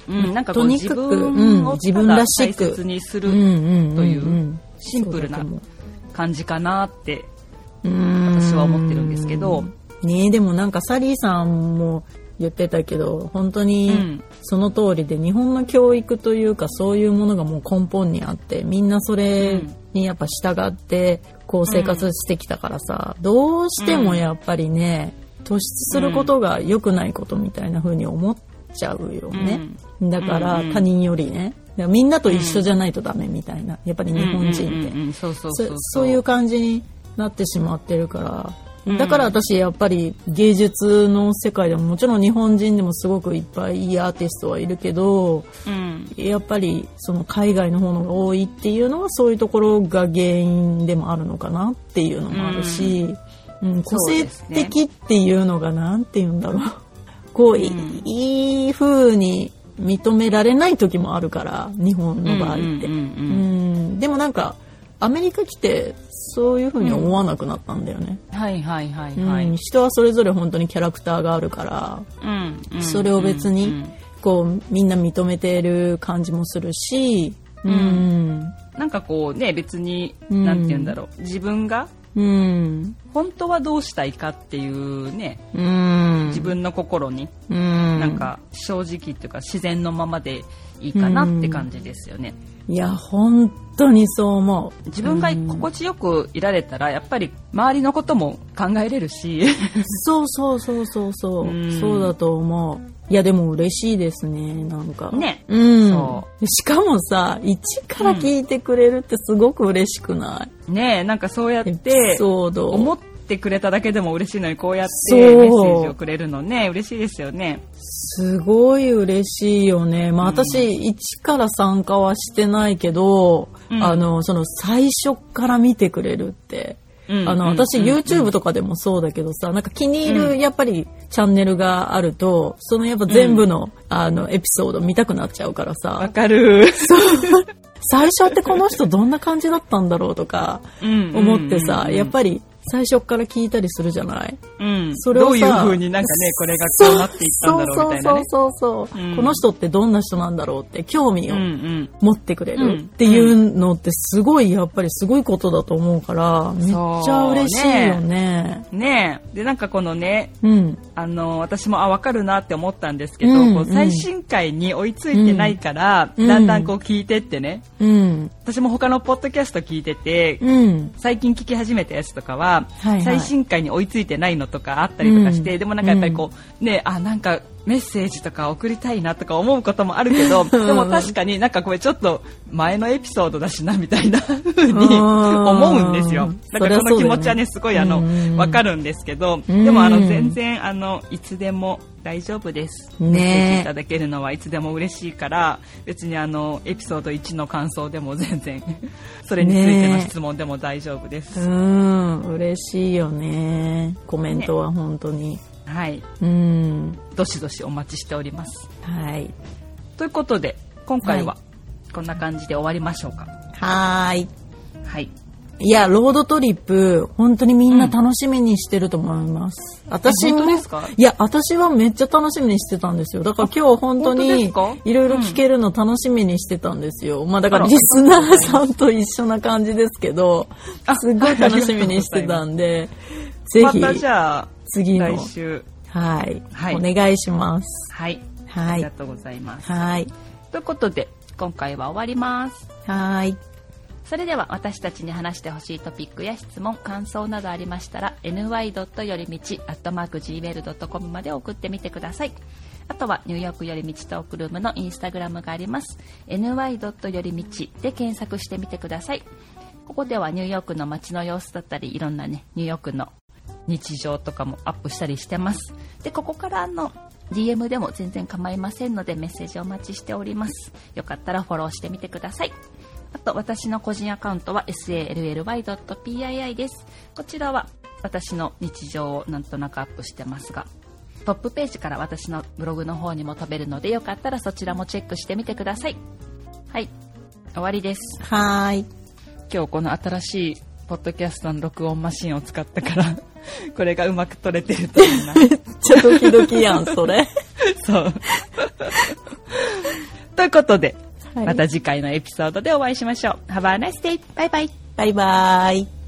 [SPEAKER 1] うん、なんかこ
[SPEAKER 2] と
[SPEAKER 1] う
[SPEAKER 2] に
[SPEAKER 1] 自
[SPEAKER 2] かく
[SPEAKER 1] 分
[SPEAKER 2] う
[SPEAKER 1] を
[SPEAKER 2] ん自分らしく
[SPEAKER 1] ただ大切にす
[SPEAKER 2] うん
[SPEAKER 1] る
[SPEAKER 2] うん
[SPEAKER 1] というん
[SPEAKER 2] ん
[SPEAKER 1] シンプルな
[SPEAKER 2] そうだと
[SPEAKER 1] 感じかなって、
[SPEAKER 2] 思う
[SPEAKER 1] 私は思ってるんですけど
[SPEAKER 2] うんねでもなんかサリーさんも言ってたけど本当
[SPEAKER 1] う
[SPEAKER 2] に
[SPEAKER 1] ん
[SPEAKER 2] その通りで日本の教育というかそういうものがもう根本にあってみんなそれにやっぱ従ってこう生活してきたからさ、どうしてもやっぱりね突出することが良くないことみたいな風に思っちゃうよね。だから
[SPEAKER 1] うんうん
[SPEAKER 2] 他人よりねだからみんなと一緒じゃないとダメみたいなやっぱり
[SPEAKER 1] うん
[SPEAKER 2] 日本人って、
[SPEAKER 1] うんうんうんうんそうそう
[SPEAKER 2] そ
[SPEAKER 1] そうう
[SPEAKER 2] そういう感じになってしまってるから
[SPEAKER 1] うん
[SPEAKER 2] だから私やっぱり芸術の世界でももちろん日本人でもすごくいっぱいいいアーティストはいるけど
[SPEAKER 1] うん
[SPEAKER 2] やっぱりその海外の方のが多いっていうのはそういうところが原因でもあるのかなっていうのもあるし、うん個性的っていうのが何て言うんだろうこうい,、
[SPEAKER 1] うん
[SPEAKER 2] いい風に認められない時もあるから日本の場合って。
[SPEAKER 1] うんうんう
[SPEAKER 2] うん
[SPEAKER 1] うん
[SPEAKER 2] んでもなんかアメリカ来てそういうふうに思わなくなったんだよね、
[SPEAKER 1] はいはいはい
[SPEAKER 2] うん
[SPEAKER 1] はい、
[SPEAKER 2] 人はそれぞれ本当にキャラクターがあるから
[SPEAKER 1] うんうん
[SPEAKER 2] それを別に
[SPEAKER 1] うんうん
[SPEAKER 2] こうみんな認めてる感じもするしうん
[SPEAKER 1] なんかこうね別に
[SPEAKER 2] うん
[SPEAKER 1] なんて言うんだろう自分が
[SPEAKER 2] うん
[SPEAKER 1] 本当はどうしたいかっていうね
[SPEAKER 2] うん
[SPEAKER 1] 自分の心に
[SPEAKER 2] うん
[SPEAKER 1] なんか正直っていうか自然のままでいいかなって感じですよね
[SPEAKER 2] いや本当にそう思う
[SPEAKER 1] 自分が
[SPEAKER 2] うん
[SPEAKER 1] 心地よくいられたらやっぱり周りのことも考えれる
[SPEAKER 2] *laughs*
[SPEAKER 1] し
[SPEAKER 2] そうそうそうそうそう、
[SPEAKER 1] うん
[SPEAKER 2] そうだと思ういやでも嬉しいですねなんか
[SPEAKER 1] ね
[SPEAKER 2] うん
[SPEAKER 1] そ
[SPEAKER 2] しかもさ一から聞いてくれるってすごく嬉しくない、
[SPEAKER 1] ねえなんかそうやっ
[SPEAKER 2] エピ
[SPEAKER 1] て
[SPEAKER 2] ソード
[SPEAKER 1] 思ってくれただけでも嬉しいのにこうやっ
[SPEAKER 2] そう
[SPEAKER 1] てメッセージをくれるのね嬉しいですよね
[SPEAKER 2] すごい嬉しいよね。まあ
[SPEAKER 1] うん
[SPEAKER 2] 私、1から参加はしてないけど、
[SPEAKER 1] うん
[SPEAKER 2] あの、その最初から見てくれるって。あの、私 YouTube とかでもそうだけどさ、なんか気に入
[SPEAKER 1] う
[SPEAKER 2] るやっぱりチャンネルがあると、そのやっぱ全部の、あの、エピソード見たくなっちゃうから
[SPEAKER 1] わ
[SPEAKER 2] さ、
[SPEAKER 1] かる
[SPEAKER 2] 最初ってこの人どんな感じだったんだろうとか *laughs* 思ってさ、やっぱり最初から聞いたりするじゃない
[SPEAKER 1] り、うん、
[SPEAKER 2] それ
[SPEAKER 1] ど
[SPEAKER 2] をさ
[SPEAKER 1] ういう風になんかねこれがこうなっていったんだろうみたいなね
[SPEAKER 2] そうそうそうそうそう、
[SPEAKER 1] うん
[SPEAKER 2] この人ってどんな人なんだろうって興味を
[SPEAKER 1] うんうん
[SPEAKER 2] 持ってくれ
[SPEAKER 1] うん
[SPEAKER 2] るっていうのってすごいやっぱりすごいことだと思うからめっちゃ嬉しいよね。
[SPEAKER 1] ねえでなんかこのね
[SPEAKER 2] うん、
[SPEAKER 1] あの私もあ分かるなって思ったんですけど、
[SPEAKER 2] うん
[SPEAKER 1] こう最新回に追いついてないから、
[SPEAKER 2] うん
[SPEAKER 1] だんだんこう聞いてってね
[SPEAKER 2] うん、
[SPEAKER 1] 私も他のポッドキャスト聞いてて、
[SPEAKER 2] うん、
[SPEAKER 1] 最近聞き始めたやつとかは、
[SPEAKER 2] はいはい
[SPEAKER 1] 最新回に追いついてないのとかあったりとかして、
[SPEAKER 2] うん
[SPEAKER 1] でもなんかやっぱりこう、ねあなんかメッセージとか送りたいなとか思うこともあるけど、でも確かになんかこれちょっと前のエピソードだしなみたいな *laughs* 風に
[SPEAKER 2] うん
[SPEAKER 1] 思うんですよ。だからこの
[SPEAKER 2] そりゃそうだよ
[SPEAKER 1] 気
[SPEAKER 2] ね
[SPEAKER 1] 持ちはねすごいあの
[SPEAKER 2] うん
[SPEAKER 1] わかるんですけど、
[SPEAKER 2] うん
[SPEAKER 1] でもあの全然あのいつでも。大丈夫です、
[SPEAKER 2] ね
[SPEAKER 1] メッセージいただけるのはいつでも嬉しいから別にあのエピソード1の感想でも全然 *laughs* それについての質問でも大丈夫です、
[SPEAKER 2] うん、嬉しいよね。コメントは本当に。
[SPEAKER 1] はい、
[SPEAKER 2] うん、
[SPEAKER 1] どしどしお待ちしております。
[SPEAKER 2] はい。
[SPEAKER 1] ということで、今回は
[SPEAKER 2] は
[SPEAKER 1] こんな感じで終わりましょうか。
[SPEAKER 2] はーい。
[SPEAKER 1] はい。
[SPEAKER 2] いや、ロードトリップ、本当にみんな楽しみにしてると思います。私
[SPEAKER 1] 本
[SPEAKER 2] も
[SPEAKER 1] 当ですか、
[SPEAKER 2] いや、私はめっちゃ楽しみにしてたんですよ。だから今日本当に、い
[SPEAKER 1] 本当ですか
[SPEAKER 2] ろいろ聞けるの楽しみにしてたんですよ。まあだから
[SPEAKER 1] あら
[SPEAKER 2] リスナーさんと一緒な感じですけど
[SPEAKER 1] あ、
[SPEAKER 2] すっごい楽しみにしてたん *laughs* で、ぜ
[SPEAKER 1] ま
[SPEAKER 2] ひ、
[SPEAKER 1] たじゃあ、
[SPEAKER 2] 次の
[SPEAKER 1] 来、週。
[SPEAKER 2] はい、
[SPEAKER 1] はい
[SPEAKER 2] お願いします。
[SPEAKER 1] はい。あ
[SPEAKER 2] は
[SPEAKER 1] りが
[SPEAKER 2] い、
[SPEAKER 1] とうございます。
[SPEAKER 2] はい、
[SPEAKER 1] ということで、今回は終わります。
[SPEAKER 2] はい、
[SPEAKER 1] それでは私たちに話してほしいトピックや質問、感想などありましたら、ny. よりみち、アットマーク gmail.com まで送ってみてください。あとは、ニューヨークよりみちトークルームのインスタグラムがあります。ny. よりみちで検索してみてください。ここではニューヨークの街の様子だったり、いろんなね、ニューヨークの日常とかもアップしたりしてます。で、ここからの DM でも全然構いませんのでメッセージお待ちしております。よかったらフォローしてみてください。あと、私の個人アカウントは sally.pii です。こちらは私の日常をなんとなくアップしてますが、トップページから私のブログの方にも飛べるので、よかったらそちらもチェックしてみてください。はい、終わりです。
[SPEAKER 2] はい。
[SPEAKER 1] 今日この新しいポッドキャストの録音マシンを使ったから *laughs* これがうまく撮れてるといいな
[SPEAKER 2] ちょっとドキドキやん、それ。
[SPEAKER 1] そう *laughs* ということで、
[SPEAKER 2] はい
[SPEAKER 1] また次回のエピソードでお会いしましょう Have a nice day! バイバイ
[SPEAKER 2] バイバイ。